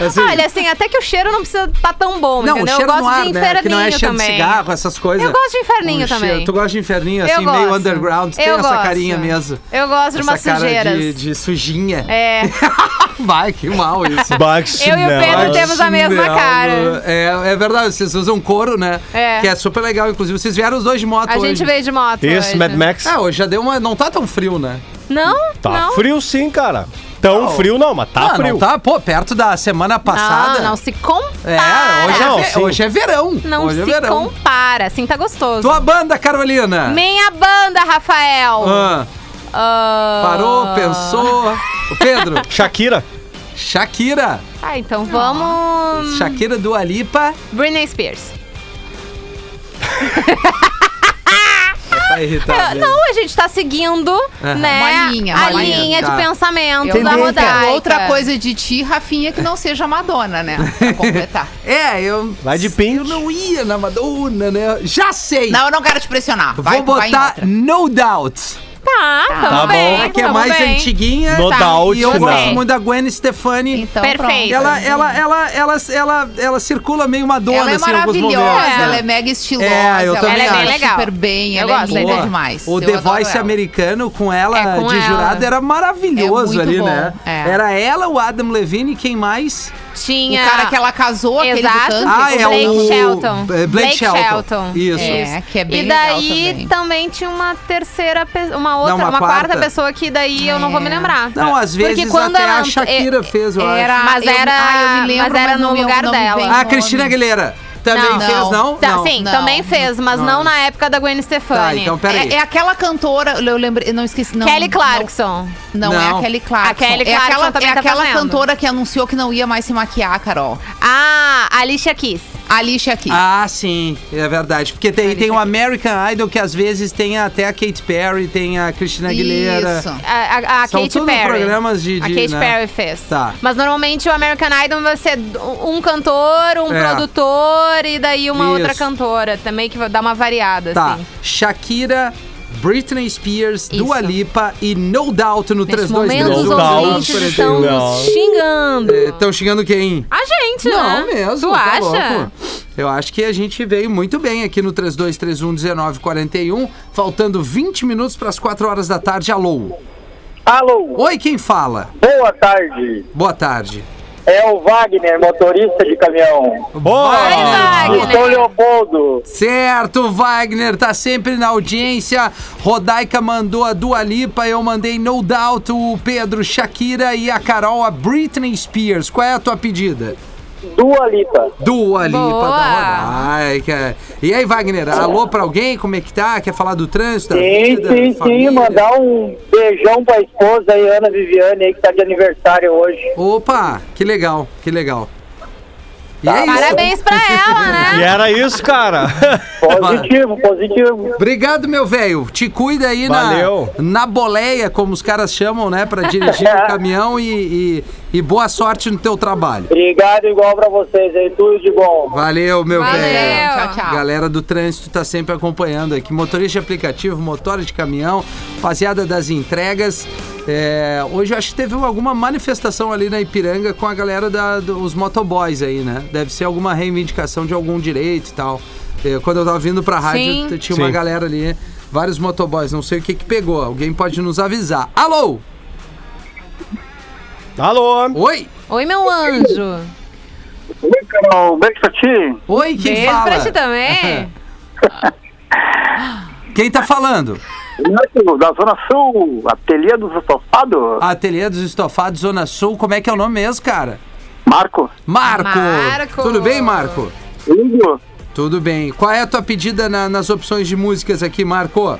Speaker 9: Assim,
Speaker 3: Olha, assim, até que o cheiro não precisa estar tão bom,
Speaker 9: não, o
Speaker 3: entendeu? Eu
Speaker 9: cheiro
Speaker 3: gosto
Speaker 9: no ar,
Speaker 3: de
Speaker 9: né?
Speaker 3: inferninho
Speaker 9: Que não é cheiro
Speaker 3: também.
Speaker 9: de cigarro, essas coisas.
Speaker 3: Eu gosto de inferninho
Speaker 9: Um
Speaker 3: também.
Speaker 9: cheiro- Tu gosta de inferninho,
Speaker 3: Eu
Speaker 9: assim, meio
Speaker 3: gosto.
Speaker 9: underground. Tem
Speaker 3: Eu
Speaker 9: essa
Speaker 3: gosto.
Speaker 9: carinha mesmo.
Speaker 3: Eu gosto de umas
Speaker 9: essa cara
Speaker 3: sujeiras.
Speaker 9: de, de sujinha.
Speaker 3: É.
Speaker 9: Vai, que mal isso.
Speaker 5: Bax,
Speaker 3: Eu e o
Speaker 5: não.
Speaker 3: Pedro
Speaker 9: Ai,
Speaker 3: temos a mesma
Speaker 9: chinelo.
Speaker 3: cara.
Speaker 9: É, é verdade, vocês usam couro, né?
Speaker 3: É.
Speaker 9: Que é super legal, inclusive. Vocês vieram os dois de moto
Speaker 3: A
Speaker 9: hoje.
Speaker 3: gente veio de moto.
Speaker 5: Isso,
Speaker 3: hoje.
Speaker 5: Mad Max.
Speaker 9: É, hoje já deu uma... Não tá tão frio, né?
Speaker 3: Não?
Speaker 5: Tá
Speaker 3: não.
Speaker 5: frio sim, cara. Tão frio não, mas tá
Speaker 9: Ah,
Speaker 5: frio.
Speaker 9: não tá, pô, perto da semana passada.
Speaker 3: Não, não se compara.
Speaker 8: tá.
Speaker 9: É, hoje,
Speaker 5: Não,
Speaker 9: é,
Speaker 5: sim.
Speaker 9: ve- hoje é verão.
Speaker 3: Não
Speaker 9: hoje é
Speaker 3: se
Speaker 9: verão.
Speaker 3: compara. Assim tá gostoso.
Speaker 9: Tua banda, Carolina.
Speaker 3: Minha banda, Rafael.
Speaker 9: Ah,
Speaker 3: Ah.
Speaker 9: parou, pensou. O Pedro,
Speaker 5: Shakira.
Speaker 9: Shakira.
Speaker 3: Ah, então vamos.
Speaker 8: Hum.
Speaker 9: Shakira do Alipa.
Speaker 3: Britney Spears.
Speaker 9: Tá irritado.
Speaker 3: Eu-
Speaker 9: né?
Speaker 3: não, a gente tá seguindo, né?
Speaker 8: Uma linha,
Speaker 3: a
Speaker 8: uma
Speaker 3: linha,
Speaker 8: linha,
Speaker 3: de
Speaker 9: tá.
Speaker 3: pensamento
Speaker 8: Eu
Speaker 3: da
Speaker 8: não
Speaker 3: rodaica.
Speaker 8: quero outra coisa de ti, Rafinha, que não seja Madonna, né? Pra completar.
Speaker 9: É, eu.
Speaker 5: Vai de Pink.
Speaker 9: Eu não ia na Madonna, né? Já sei.
Speaker 8: Não, eu não quero te pressionar. Vai,
Speaker 9: Vou
Speaker 8: vai em
Speaker 9: botar
Speaker 8: outra.
Speaker 9: No Doubt.
Speaker 3: Tá, tamo
Speaker 5: Tá bom.
Speaker 3: bem.
Speaker 9: Ela que é
Speaker 3: tamo
Speaker 9: mais
Speaker 3: bem.
Speaker 9: antiguinha.
Speaker 5: No
Speaker 9: Tá.
Speaker 5: Doubt,
Speaker 9: E eu gosto
Speaker 5: não.
Speaker 9: muito da Gwen Stefani.
Speaker 8: Então,
Speaker 3: Perfeito.
Speaker 9: Ela, ela, ela, ela, ela, ela circula meio Madonna,
Speaker 8: ela é
Speaker 9: assim, em alguns
Speaker 8: maravilhosa,
Speaker 9: momentos. né?
Speaker 8: ela é mega estilosa,
Speaker 9: É, eu
Speaker 8: ela
Speaker 9: também
Speaker 8: é
Speaker 9: acho.
Speaker 8: super bem,
Speaker 3: Eu
Speaker 8: ela
Speaker 3: gosto,
Speaker 8: é linda
Speaker 3: é
Speaker 8: demais.
Speaker 9: O
Speaker 8: Eu
Speaker 9: The
Speaker 8: adoro
Speaker 9: Voice
Speaker 8: ela.
Speaker 9: americano com ela
Speaker 3: É, com
Speaker 9: de
Speaker 3: ela.
Speaker 9: jurado era
Speaker 8: É
Speaker 9: maravilhoso
Speaker 8: muito
Speaker 9: ali,
Speaker 8: bom,
Speaker 9: né?
Speaker 8: é.
Speaker 9: Era ela, o Adam Levine, quem mais?
Speaker 3: Tinha.
Speaker 8: O cara que ela casou, aquele do
Speaker 3: Exato.
Speaker 8: country,
Speaker 9: Ah,
Speaker 8: que
Speaker 9: é
Speaker 3: Blake
Speaker 9: o-
Speaker 3: Shelton.
Speaker 9: é, Blake Shelton. Isso.
Speaker 8: É, que é bem
Speaker 3: e
Speaker 8: legal
Speaker 3: daí
Speaker 8: também.
Speaker 3: tinha uma terceira, pe- uma outra,
Speaker 9: Não, uma
Speaker 3: uma, quarta.
Speaker 9: quarta.
Speaker 3: pessoa que daí eu não
Speaker 8: É.
Speaker 3: vou me lembrar.
Speaker 9: Não, às vezes
Speaker 3: Porque quando
Speaker 9: até
Speaker 3: ela
Speaker 9: a
Speaker 3: ent-
Speaker 9: Shakira
Speaker 3: é-
Speaker 9: fez, eu acho.
Speaker 8: Era,
Speaker 3: Mas
Speaker 8: eu-
Speaker 3: era-
Speaker 8: ah, eu me lembro,
Speaker 3: mas era
Speaker 8: não
Speaker 3: no
Speaker 8: me-
Speaker 3: lugar
Speaker 8: não me
Speaker 3: dela.
Speaker 8: vem
Speaker 9: Ah, a
Speaker 8: o
Speaker 9: Cristina
Speaker 8: nome.
Speaker 9: Aguilera também
Speaker 3: é, Não.
Speaker 9: fez, não?
Speaker 3: Tá,
Speaker 9: não.
Speaker 3: Sim,
Speaker 8: Não.
Speaker 3: também fez, mas não. na época da Gwen
Speaker 9: Tá,
Speaker 3: Stefani.
Speaker 9: então peraí.
Speaker 8: É, é aquela cantora, eu lembrei, eu não esqueci. Não,
Speaker 3: Kelly
Speaker 8: não-
Speaker 3: Clarkson.
Speaker 8: Não, é
Speaker 9: Não.
Speaker 8: a Kelly Clarkson.
Speaker 3: A Kelly
Speaker 8: é
Speaker 3: Clarkson
Speaker 8: aquela,
Speaker 3: também
Speaker 8: é
Speaker 3: tá
Speaker 8: aquela
Speaker 3: fazendo.
Speaker 8: cantora que anunciou que não ia mais se maquiar, Carol.
Speaker 3: Ah, Alicia Keys.
Speaker 8: A lixa aqui.
Speaker 9: Ah, sim, é verdade. Porque tem, tem o American Idol que às vezes tem até a Katy Perry, tem a Cristina Aguilera.
Speaker 8: Isso.
Speaker 3: A, a, a
Speaker 9: São
Speaker 3: Katy
Speaker 9: tudo
Speaker 3: Perry.
Speaker 9: programas de-
Speaker 3: a
Speaker 9: de,
Speaker 3: Katy
Speaker 9: né?
Speaker 3: Perry fez.
Speaker 9: Tá.
Speaker 3: Mas normalmente o American Idol vai ser um cantor, um
Speaker 9: É.
Speaker 3: produtor e daí uma outra
Speaker 9: Isso.
Speaker 3: cantora. Também que vai dar uma variada,
Speaker 9: Tá,
Speaker 3: assim.
Speaker 9: Shakira, Britney Spears,
Speaker 3: Isso.
Speaker 9: Dua Lipa e No Doubt no
Speaker 3: Nesse
Speaker 9: 323.
Speaker 3: momento, os
Speaker 5: Não tá. dá,
Speaker 3: ouvintes
Speaker 5: não.
Speaker 3: estão
Speaker 5: Não.
Speaker 3: nos xingando.
Speaker 9: Estão É, xingando quem?
Speaker 3: A gente, né?
Speaker 9: Não, mesmo.
Speaker 3: Tu
Speaker 9: tá
Speaker 3: acha?
Speaker 9: louco. Eu acho que a gente veio muito bem aqui no 32311941, faltando 20 minutos para as 4 horas da tarde. Alô.
Speaker 10: Alô,
Speaker 9: Oi, quem fala?
Speaker 10: boa tarde.
Speaker 9: Boa tarde.
Speaker 10: É o Wagner, motorista de caminhão.
Speaker 3: Vai,
Speaker 10: De
Speaker 3: Wagner.
Speaker 10: São Leopoldo.
Speaker 9: Certo, Wagner tá sempre na audiência. Rodaica mandou a Dua Lipa, eu mandei No Doubt, o Pedro Shakira e a Carol a Britney Spears. Qual é a tua pedida?
Speaker 10: Dua Lipa.
Speaker 9: Dua Lipa da
Speaker 3: Boa.
Speaker 9: Rodaica. E aí, Wagner, alô pra alguém? Como é que tá? Quer falar do trânsito? da
Speaker 10: Sim,
Speaker 9: vida,
Speaker 10: sim, sim.
Speaker 9: família?
Speaker 10: Mandar um beijão pra esposa aí, Ana Viviane, aí, que tá de aniversário hoje.
Speaker 9: Opa, que legal, que legal. E é isso.
Speaker 3: Parabéns pra ela, né?
Speaker 5: E era isso, cara.
Speaker 10: Positivo, positivo.
Speaker 9: Obrigado, meu velho. Te cuida aí na,
Speaker 5: Valeu.
Speaker 9: na boleia, como os caras chamam, né? Pra dirigir o caminhão e, e- e boa sorte no teu trabalho.
Speaker 10: Obrigado igual pra vocês aí. Tudo de bom.
Speaker 9: Valeu, meu
Speaker 3: Valeu.
Speaker 9: velho.
Speaker 8: Tchau, tchau.
Speaker 9: Galera do trânsito tá sempre acompanhando aqui. Motorista de aplicativo, motorista de caminhão, rapaziada das entregas. É, hoje eu acho que teve alguma manifestação ali na Ipiranga com a galera da- dos motoboys aí, né? Deve ser alguma reivindicação de algum direito e tal. É, quando eu tava vindo pra rádio,
Speaker 3: Sim.
Speaker 9: t- tinha uma
Speaker 5: Sim.
Speaker 9: galera ali, vários motoboys, não sei o que que pegou. Alguém pode nos avisar. Alô?
Speaker 5: Alô?
Speaker 9: Oi?
Speaker 3: Oi, meu anjo.
Speaker 10: Oi, Carol, beijo pra ti.
Speaker 9: Oi, quem
Speaker 3: Beijo
Speaker 9: fala?
Speaker 3: pra ti também. É,
Speaker 9: Quem tá falando?
Speaker 10: Renato, Da Zona Sul, ateliê dos estofados.
Speaker 9: Ateliê dos Estofados, Zona Sul, como é que é o nome mesmo, cara?
Speaker 10: Marco,
Speaker 9: Marco!
Speaker 3: Marco.
Speaker 9: Tudo bem, Marco?
Speaker 10: lindo.
Speaker 9: Tudo bem. Qual é a tua pedida na- nas opções de músicas aqui, Marco?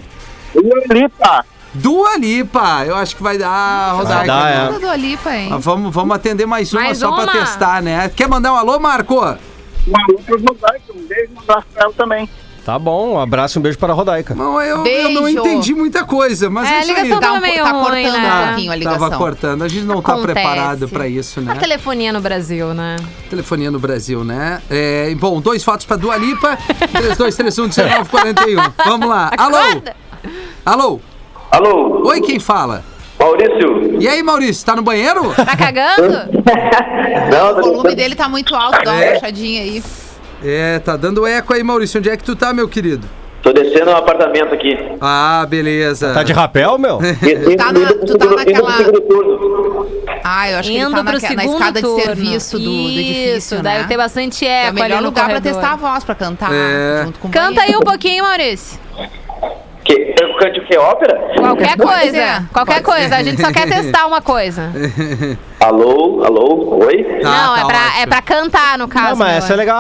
Speaker 10: Lipa.
Speaker 9: Dua Lipa! Eu acho que vai dar rodar
Speaker 5: Vai dar,
Speaker 9: aqui.
Speaker 5: é.
Speaker 9: né?
Speaker 8: Toda do Alipa, hein?
Speaker 9: Ah, vamos, vamos atender mais uma
Speaker 3: Mais
Speaker 9: só pra
Speaker 3: uma?
Speaker 9: testar, né? Quer mandar um alô, Marco?
Speaker 10: Malucas Mosaico, um beijo um abraço pra ela também.
Speaker 5: Tá bom, um abraço e um beijo para a Rodaica.
Speaker 9: Não, eu, eu não
Speaker 8: Beijo.
Speaker 9: entendi muita coisa, mas
Speaker 3: É,
Speaker 9: é
Speaker 3: a
Speaker 9: isso aí.
Speaker 3: ligação
Speaker 8: Tá, um,
Speaker 3: Tava meio
Speaker 8: tá
Speaker 3: ruim,
Speaker 8: cortando
Speaker 3: né?
Speaker 8: um pouquinho a ligação.
Speaker 9: Tava cortando. A gente não tá
Speaker 3: Acontece. Tá
Speaker 9: preparado pra isso, né?
Speaker 3: A telefonia no Brasil, né?
Speaker 9: Telefonia no Brasil, né? É, bom, dois fatos pra Dua Lipa. 32311941. Vamos lá. Alô?
Speaker 3: Acorda.
Speaker 9: Alô?
Speaker 10: Alô,
Speaker 9: Oi, quem fala?
Speaker 10: Maurício.
Speaker 9: E aí, Maurício, tá no banheiro?
Speaker 3: Tá cagando?
Speaker 10: Não,
Speaker 8: O volume dele tá muito alto, dá uma baixadinha aí.
Speaker 9: É, tá dando eco aí, Maurício. Onde é que tu tá, meu querido?
Speaker 10: tô descendo um apartamento aqui.
Speaker 9: Ah, beleza.
Speaker 5: Tá de rapel, meu?
Speaker 8: Tá na- tu tá naquela-
Speaker 10: turno.
Speaker 8: Ah, eu acho que ele
Speaker 3: Indo
Speaker 8: tá
Speaker 3: pro
Speaker 8: naque- na,
Speaker 3: segundo
Speaker 8: escada
Speaker 3: turno.
Speaker 8: de serviço do, do edifício,
Speaker 3: Isso,
Speaker 8: né?
Speaker 3: deve ter bastante eco
Speaker 8: é o
Speaker 3: ali
Speaker 8: melhor
Speaker 3: no
Speaker 8: lugar pra
Speaker 3: corredor.
Speaker 8: testar a voz, pra cantar
Speaker 9: É.
Speaker 8: junto com o
Speaker 3: Canta aí
Speaker 8: banheiro.
Speaker 3: um pouquinho, Maurício.
Speaker 10: Que, eu cante o que? Ópera?
Speaker 3: Qualquer
Speaker 8: Pode
Speaker 3: coisa.
Speaker 8: ser,
Speaker 3: Qualquer
Speaker 8: pode
Speaker 3: coisa. A gente só quer testar uma coisa.
Speaker 10: Alô, alô, oi?
Speaker 9: Tá,
Speaker 3: não, é,
Speaker 9: tá
Speaker 3: pra,
Speaker 9: ótimo.
Speaker 3: é pra cantar, no caso.
Speaker 5: Não, mas
Speaker 3: meu
Speaker 5: essa é
Speaker 3: anjo.
Speaker 5: legal.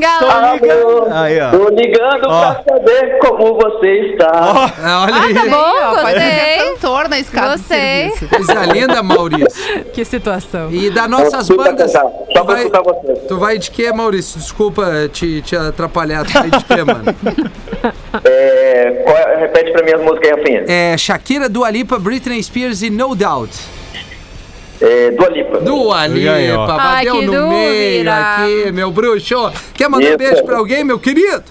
Speaker 3: Tá, Galera.
Speaker 5: ligando. Aí, ó.
Speaker 10: Tô ligando
Speaker 5: Ó.
Speaker 10: pra saber como você está.
Speaker 5: Ó,
Speaker 9: Ah, olha
Speaker 3: Ah,
Speaker 9: aí.
Speaker 3: tá
Speaker 8: Ó,
Speaker 3: bom,
Speaker 8: pode ser
Speaker 3: gostei.
Speaker 8: cantor na escada
Speaker 3: Gostei.
Speaker 8: de serviço.
Speaker 9: Coisa linda, Maurício.
Speaker 3: Que situação.
Speaker 9: E das nossas
Speaker 10: Só pra
Speaker 9: bandas.
Speaker 10: cantar, só
Speaker 9: tu
Speaker 10: pra
Speaker 9: vai-
Speaker 10: escutar vocês.
Speaker 9: Tu vai de quê, Maurício? Desculpa te, te atrapalhar. Tu vai de quê, mano?
Speaker 10: É, qual é- repete pra mim as músicas aí, Rafinha.
Speaker 9: É Shakira, Dua Lipa, Britney Spears e No Doubt.
Speaker 10: É, Dua Lipa.
Speaker 9: Dua
Speaker 5: E aí,
Speaker 9: Lipa,
Speaker 5: ó.
Speaker 3: Ai,
Speaker 9: bateu
Speaker 3: que
Speaker 9: no
Speaker 3: dúvida.
Speaker 9: meio aqui, meu bruxo. Quer mandar um
Speaker 10: Isso.
Speaker 9: beijo pra alguém, meu querido?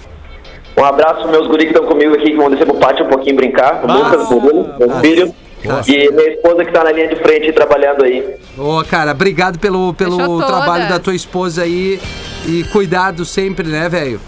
Speaker 10: Um abraço, meus guris que estão comigo aqui, que vão descer pro pátio um pouquinho brincar. O Lucas, o Bruno,
Speaker 9: Tá.
Speaker 10: meu filho. E minha esposa que tá na linha de frente trabalhando aí.
Speaker 9: Ô, cara, obrigado pelo, pelo
Speaker 3: Fechou
Speaker 9: trabalho
Speaker 3: todas.
Speaker 9: da tua esposa aí. E cuidado sempre, né, velho?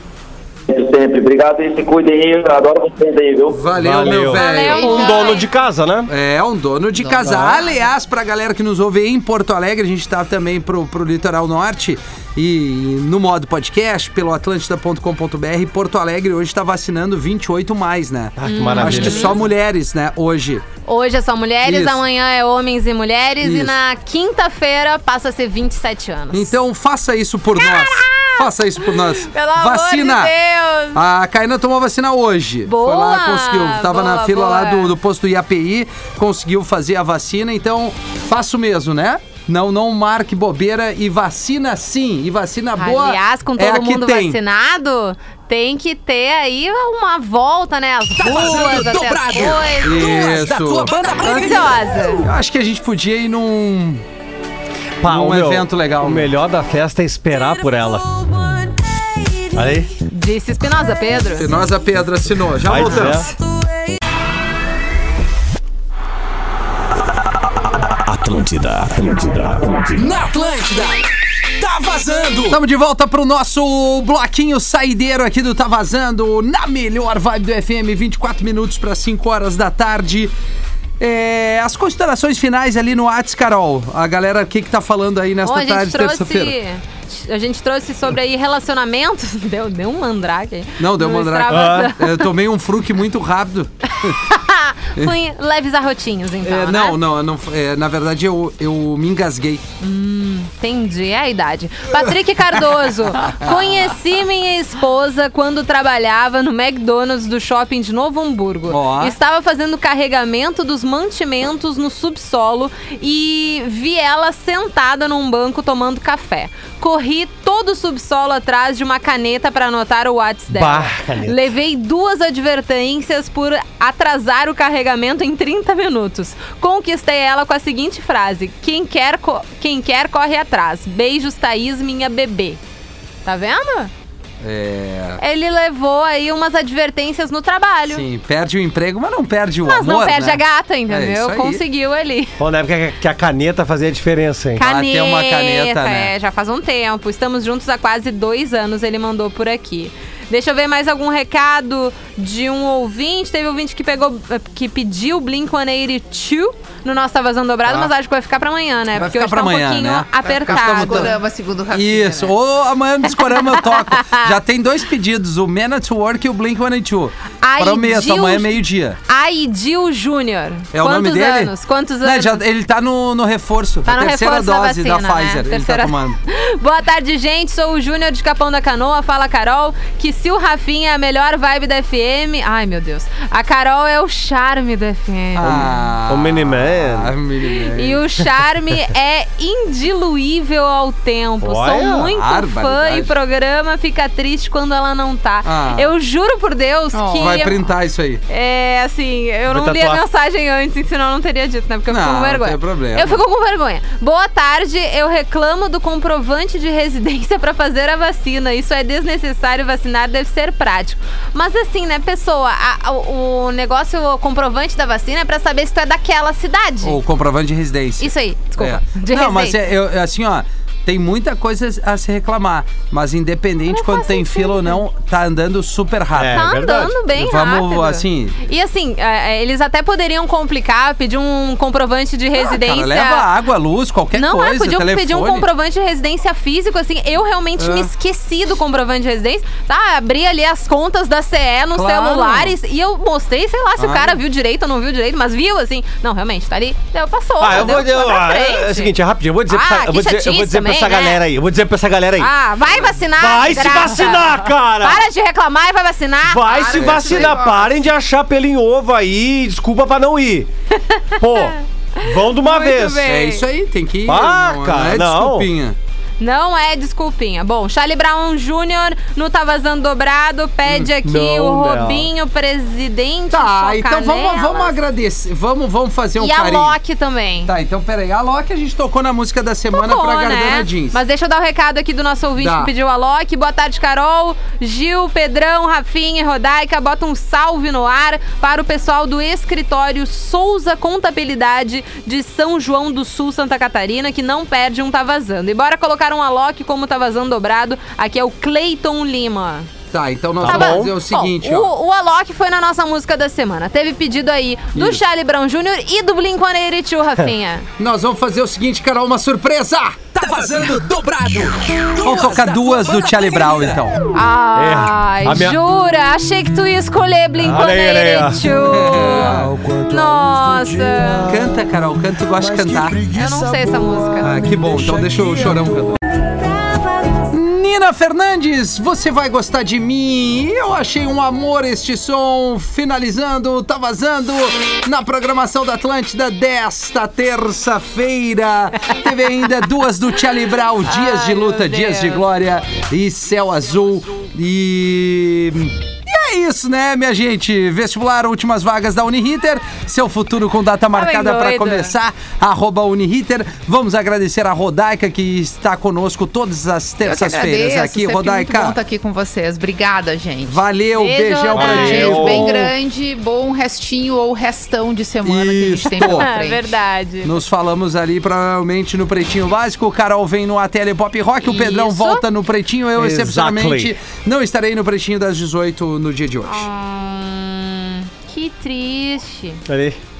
Speaker 10: Sempre, sempre. Obrigado e se cuidem aí. Eu Adoro vocês aí, viu?
Speaker 9: Valeu,
Speaker 5: Valeu.
Speaker 3: Valeu.
Speaker 9: meu velho.
Speaker 5: Um dono de casa, né?
Speaker 9: É, um dono de casa. Aliás, pra galera que nos ouve em Porto Alegre, a gente tá também pro, pro Litoral Norte e no modo podcast, pelo atlântida.com.br. Porto Alegre hoje tá vacinando 28 mais, né?
Speaker 5: Ah, que
Speaker 9: Acho que
Speaker 5: maravilha.
Speaker 9: só mulheres, né, hoje.
Speaker 3: Hoje é só mulheres,
Speaker 9: Isso.
Speaker 3: amanhã é homens e mulheres.
Speaker 9: Isso.
Speaker 3: E na quinta-feira passa a ser 27 anos.
Speaker 9: Então faça isso por nós. Faça isso por nós.
Speaker 3: Pelo amor
Speaker 9: Vacina!
Speaker 3: de Deus.
Speaker 9: A Caína tomou vacina hoje.
Speaker 3: Boa!
Speaker 9: Foi lá, conseguiu. Tava na
Speaker 3: Boa,
Speaker 9: fila lá
Speaker 3: boa.
Speaker 9: do, do posto do IAPI, conseguiu fazer a vacina, então faça o mesmo, né? Não, não marque bobeira e vacina sim. E vacina boa.
Speaker 3: Aliás, com
Speaker 9: é
Speaker 3: todo
Speaker 9: a que
Speaker 3: mundo
Speaker 9: tem.
Speaker 3: vacinado, tem que ter aí uma volta, né? As ruas, até as coisas.
Speaker 9: Isso.
Speaker 3: Ansiosa.
Speaker 9: Eu acho que a gente podia ir num.
Speaker 5: Pá,
Speaker 9: num
Speaker 5: o meu-
Speaker 9: evento legal.
Speaker 5: O melhor da festa é esperar por ela. Olha aí.
Speaker 3: Disse Espinosa, Pedro.
Speaker 9: Nós a Pedra assinou. Já
Speaker 5: Vai
Speaker 9: voltamos.
Speaker 5: dizer.
Speaker 1: Atlântida, Atlântida, Atlântida.
Speaker 9: Na Atlântida. Tá vazando! Estamos de volta pro nosso bloquinho saideiro aqui do Tá Vazando, na melhor vibe do FM, 24 minutos para 5 horas da tarde. É, as considerações finais ali no Whats, Carol. A galera, o que que tá falando aí nesta
Speaker 3: Bom, a
Speaker 9: tarde,
Speaker 3: gente
Speaker 9: de terça-feira?
Speaker 3: trouxe. A gente trouxe sobre aí relacionamentos. Deu, deu um mandrake aí.
Speaker 9: Não, deu
Speaker 3: No
Speaker 9: uma andrada.
Speaker 3: Extravasando.
Speaker 9: Eu tomei um fruque muito rápido.
Speaker 3: Fui leves arrotinhos, então.
Speaker 9: Ah. É,
Speaker 3: Tá, né?
Speaker 9: não, não, eu não é, na verdade eu, eu me engasguei.
Speaker 3: Entendi, é a idade. Patrick Cardoso. Conheci minha esposa quando trabalhava no McDonald's do shopping de Novo Hamburgo.
Speaker 9: Ó.
Speaker 3: Estava fazendo carregamento dos mantimentos no subsolo e vi ela sentada num banco tomando café. Corri todo o subsolo atrás de uma caneta para anotar o WhatsApp dela.
Speaker 5: Bah, caneta.
Speaker 3: Levei duas advertências por atrasar o carregamento em 30 minutos. Conquistei ela com a seguinte frase: Quem quer, co- quem quer corre atrás. Beijos, Thaís, minha bebê. Tá vendo?
Speaker 9: É,
Speaker 3: Ele levou aí umas advertências no trabalho.
Speaker 9: sim, perde o emprego, mas não perde o
Speaker 3: Mas
Speaker 9: amor,
Speaker 3: não perde
Speaker 9: né?
Speaker 3: a gata,
Speaker 9: É isso
Speaker 3: entendeu?
Speaker 9: aí.
Speaker 3: Conseguiu ali.
Speaker 5: Bom, na época que né? a- que a caneta fazia a diferença, hein?
Speaker 9: Ah, tem
Speaker 3: Caneta,
Speaker 9: uma caneta, né?
Speaker 3: é, já faz um tempo. Estamos juntos há quase dois anos, ele mandou por aqui. Deixa eu ver mais algum recado de um ouvinte. Teve ouvinte que pegou, eh, que pediu Blink-182 no nosso Tá Vazando Dobrado,
Speaker 9: Tá.
Speaker 3: mas acho que vai ficar pra amanhã, né?
Speaker 9: Vai
Speaker 3: Porque
Speaker 9: ficar
Speaker 3: hoje
Speaker 9: pra
Speaker 3: tá um
Speaker 9: amanhã,
Speaker 3: pouquinho
Speaker 9: né?
Speaker 3: apertado.
Speaker 8: Discorama, segundo o Rafinha.
Speaker 9: Isso,
Speaker 8: né?
Speaker 9: ou amanhã no discorama eu toco. Já tem dois pedidos, o Man at Work e o Blink 182.
Speaker 3: Ai,
Speaker 9: Prometo,
Speaker 3: Gil-
Speaker 9: amanhã é meio-dia.
Speaker 3: Aidil Júnior.
Speaker 9: É o
Speaker 3: Quantos
Speaker 9: nome dele?
Speaker 3: anos? Quantos anos?
Speaker 9: Não, já- ele tá no, no reforço.
Speaker 3: Tá
Speaker 9: a
Speaker 3: no
Speaker 9: terceira
Speaker 3: reforço
Speaker 9: dose
Speaker 3: da
Speaker 9: da,
Speaker 3: vacina, né?
Speaker 9: Pfizer. Ele
Speaker 3: Terceira-
Speaker 9: tá tomando.
Speaker 3: Boa tarde, gente. Sou o Júnior de Capão da Canoa. Fala, Carol, que se o Rafinha é a melhor vibe da FM... Ai, meu Deus. A Carol é o charme da FM.
Speaker 9: Ah,
Speaker 5: o Miniman.
Speaker 9: Ah, o Miniman.
Speaker 3: E o charme é indiluível ao tempo.
Speaker 5: Olha,
Speaker 3: Sou muito fã
Speaker 9: barbaridade.
Speaker 3: e programa fica triste quando ela não tá.
Speaker 9: Ah.
Speaker 3: Eu juro por Deus que...
Speaker 9: Vai printar isso aí.
Speaker 3: É, assim, eu
Speaker 5: Vai
Speaker 3: não li a
Speaker 5: tatuar.
Speaker 3: mensagem antes, senão eu não teria dito, né? Porque eu
Speaker 9: Não,
Speaker 3: fico com
Speaker 9: não
Speaker 3: vergonha.
Speaker 9: tem problema.
Speaker 3: Eu fico com vergonha. Boa tarde, eu reclamo do comprovante de residência pra fazer a vacina. Isso é desnecessário, vacinar deve ser prático. Mas assim, né, pessoa, a- a- o negócio, o comprovante da vacina é pra saber se tu é daquela cidade.
Speaker 9: Ou comprovante de residência.
Speaker 3: Isso aí, desculpa.
Speaker 9: É.
Speaker 3: De
Speaker 9: não, mas
Speaker 3: residência.
Speaker 9: é, eu- assim, ó, tem muita coisa a se reclamar. Mas independente
Speaker 3: Não
Speaker 9: quando
Speaker 3: faz
Speaker 9: tem
Speaker 3: sentido.
Speaker 9: fila ou não, tá andando super rápido.
Speaker 5: É
Speaker 3: Tá
Speaker 5: verdade.
Speaker 3: andando bem
Speaker 9: Vamos,
Speaker 3: rápido.
Speaker 9: assim-
Speaker 3: E assim, é, é, eles até poderiam complicar, pedir um comprovante de
Speaker 9: Ah,
Speaker 3: residência.
Speaker 9: cara, leva água, luz, qualquer
Speaker 3: Não,
Speaker 9: coisa,
Speaker 3: é, podia
Speaker 9: telefone.
Speaker 3: pedir um comprovante de residência físico, assim. Eu realmente
Speaker 9: É.
Speaker 5: Ah.
Speaker 3: me esqueci do comprovante de residência. Tá, abri ali as contas da CE nos
Speaker 9: Claro.
Speaker 3: celulares e eu mostrei, sei lá, se o
Speaker 9: Claro.
Speaker 3: cara viu direito ou não viu direito, mas viu, assim. Não, realmente, tá ali. Deu, passou.
Speaker 5: Ah, eu
Speaker 3: deu,
Speaker 5: vou dizer.
Speaker 3: foi pra
Speaker 5: ah, é, é o
Speaker 3: frente.
Speaker 5: seguinte, é rapidinho. Eu vou dizer,
Speaker 3: Ah,
Speaker 5: pra, essa- eu
Speaker 3: que
Speaker 5: vou dizer, eu vou
Speaker 3: chatice
Speaker 5: dizer pra essa
Speaker 3: também, né?
Speaker 5: galera aí. Eu vou dizer pra essa galera aí.
Speaker 3: Ah, vai vacinar,
Speaker 5: vai se
Speaker 3: desgraça.
Speaker 5: vacinar, cara!
Speaker 3: Para de reclamar e vai vacinar.
Speaker 5: Vai se
Speaker 8: de
Speaker 5: vacinar,
Speaker 8: vacinar.
Speaker 5: parem de achar pelo em ovo aí, desculpa pra não ir. Pô, vão de uma
Speaker 3: Muito
Speaker 5: vez.
Speaker 3: bem.
Speaker 9: É isso aí, tem que ir.
Speaker 5: Ah,
Speaker 9: não,
Speaker 5: cara,
Speaker 9: é
Speaker 5: não.
Speaker 9: desculpinha.
Speaker 3: Não é desculpinha. Bom, Charlie Brown Jr. não tá vazando dobrado,
Speaker 5: Hum,
Speaker 3: pede aqui
Speaker 5: não,
Speaker 3: o
Speaker 5: Bel.
Speaker 3: Robinho, presidente.
Speaker 9: Tá,
Speaker 3: só
Speaker 9: então vamos,
Speaker 3: canela.
Speaker 9: vamos agradecer. Vamos, vamos fazer um
Speaker 3: E a
Speaker 9: carinho.
Speaker 3: Loki também.
Speaker 9: Tá, então peraí. A Loki a gente tocou na música da semana
Speaker 3: Tocou,
Speaker 9: pra Gardana
Speaker 3: né?
Speaker 9: Jeans.
Speaker 3: Mas deixa eu dar o recado aqui do nosso ouvinte
Speaker 9: Dá.
Speaker 3: que pediu a Loki. Boa tarde, Carol, Gil, Pedrão, Rafinha e Rodaica. Bota um salve no ar para o pessoal do escritório Souza Contabilidade de São João do Sul, Santa Catarina, que não perde um Tá Vazando. E bora colocar um Alok como Tá Vazando dobrado. Aqui é o Cleiton Lima.
Speaker 9: Tá, então nós
Speaker 3: Tá
Speaker 9: vamos
Speaker 3: bom.
Speaker 9: fazer o seguinte, ó.
Speaker 3: o, o Alok foi na nossa música da semana. Teve pedido aí do
Speaker 9: Isso.
Speaker 3: Charlie Brown Jr. e do Blink-182, Rafinha.
Speaker 9: Nós vamos fazer o seguinte, Carol, uma surpresa!
Speaker 1: Tá vazando dobrado.
Speaker 9: Vamos tocar duas do Charlie Brown, então.
Speaker 3: Ai,
Speaker 5: É, a minha-
Speaker 3: jura? Achei que tu ia escolher
Speaker 5: Olha aí, olha aí, ó.
Speaker 3: Blink-182. Nossa,
Speaker 9: Canta, Carol, canta, tu gosta de cantar.
Speaker 3: eu não sei essa música.
Speaker 9: Ah, que bom, então deixa o chorão cantar. Nina Fernandes, você vai gostar de mim. Eu achei um amor este som. Finalizando, tá vazando na programação da Atlântida desta terça-feira. Teve ainda duas do Charlie Brown, Dias de
Speaker 3: Ai, meu
Speaker 9: Luta, Dias de
Speaker 3: Deus.
Speaker 9: Glória e Céu Azul. E. e é isso, né, minha gente? Vestibular, últimas vagas da Uniriter. Seu futuro com data
Speaker 3: Tá
Speaker 9: marcada para
Speaker 3: doida.
Speaker 9: começar começar, arroba Uniriter. Vamos agradecer a Rodaica que está conosco todas as
Speaker 8: Eu que
Speaker 9: terças-feiras
Speaker 8: agradeço,
Speaker 9: aqui,
Speaker 8: sempre Muito bom estar
Speaker 9: Rodaica.
Speaker 8: aqui com vocês. Obrigada, gente.
Speaker 9: Valeu,
Speaker 3: Beijo,
Speaker 9: beijão pra
Speaker 3: Rodaica.
Speaker 9: ti.
Speaker 8: Beijo
Speaker 5: Valeu.
Speaker 8: bem grande, bom restinho ou restão de semana que a gente tem
Speaker 9: Isso.
Speaker 8: pela
Speaker 3: É
Speaker 8: frente.
Speaker 3: verdade.
Speaker 9: Nos falamos ali provavelmente no Pretinho Básico. O Carol vem no ATL Pop Rock, o Pedrão
Speaker 8: Isso.
Speaker 9: volta no Pretinho. Eu, excepcionalmente,
Speaker 5: Exactly.
Speaker 9: não estarei no Pretinho das 18 no dia de hoje.
Speaker 3: Hum, que triste.
Speaker 5: Peraí.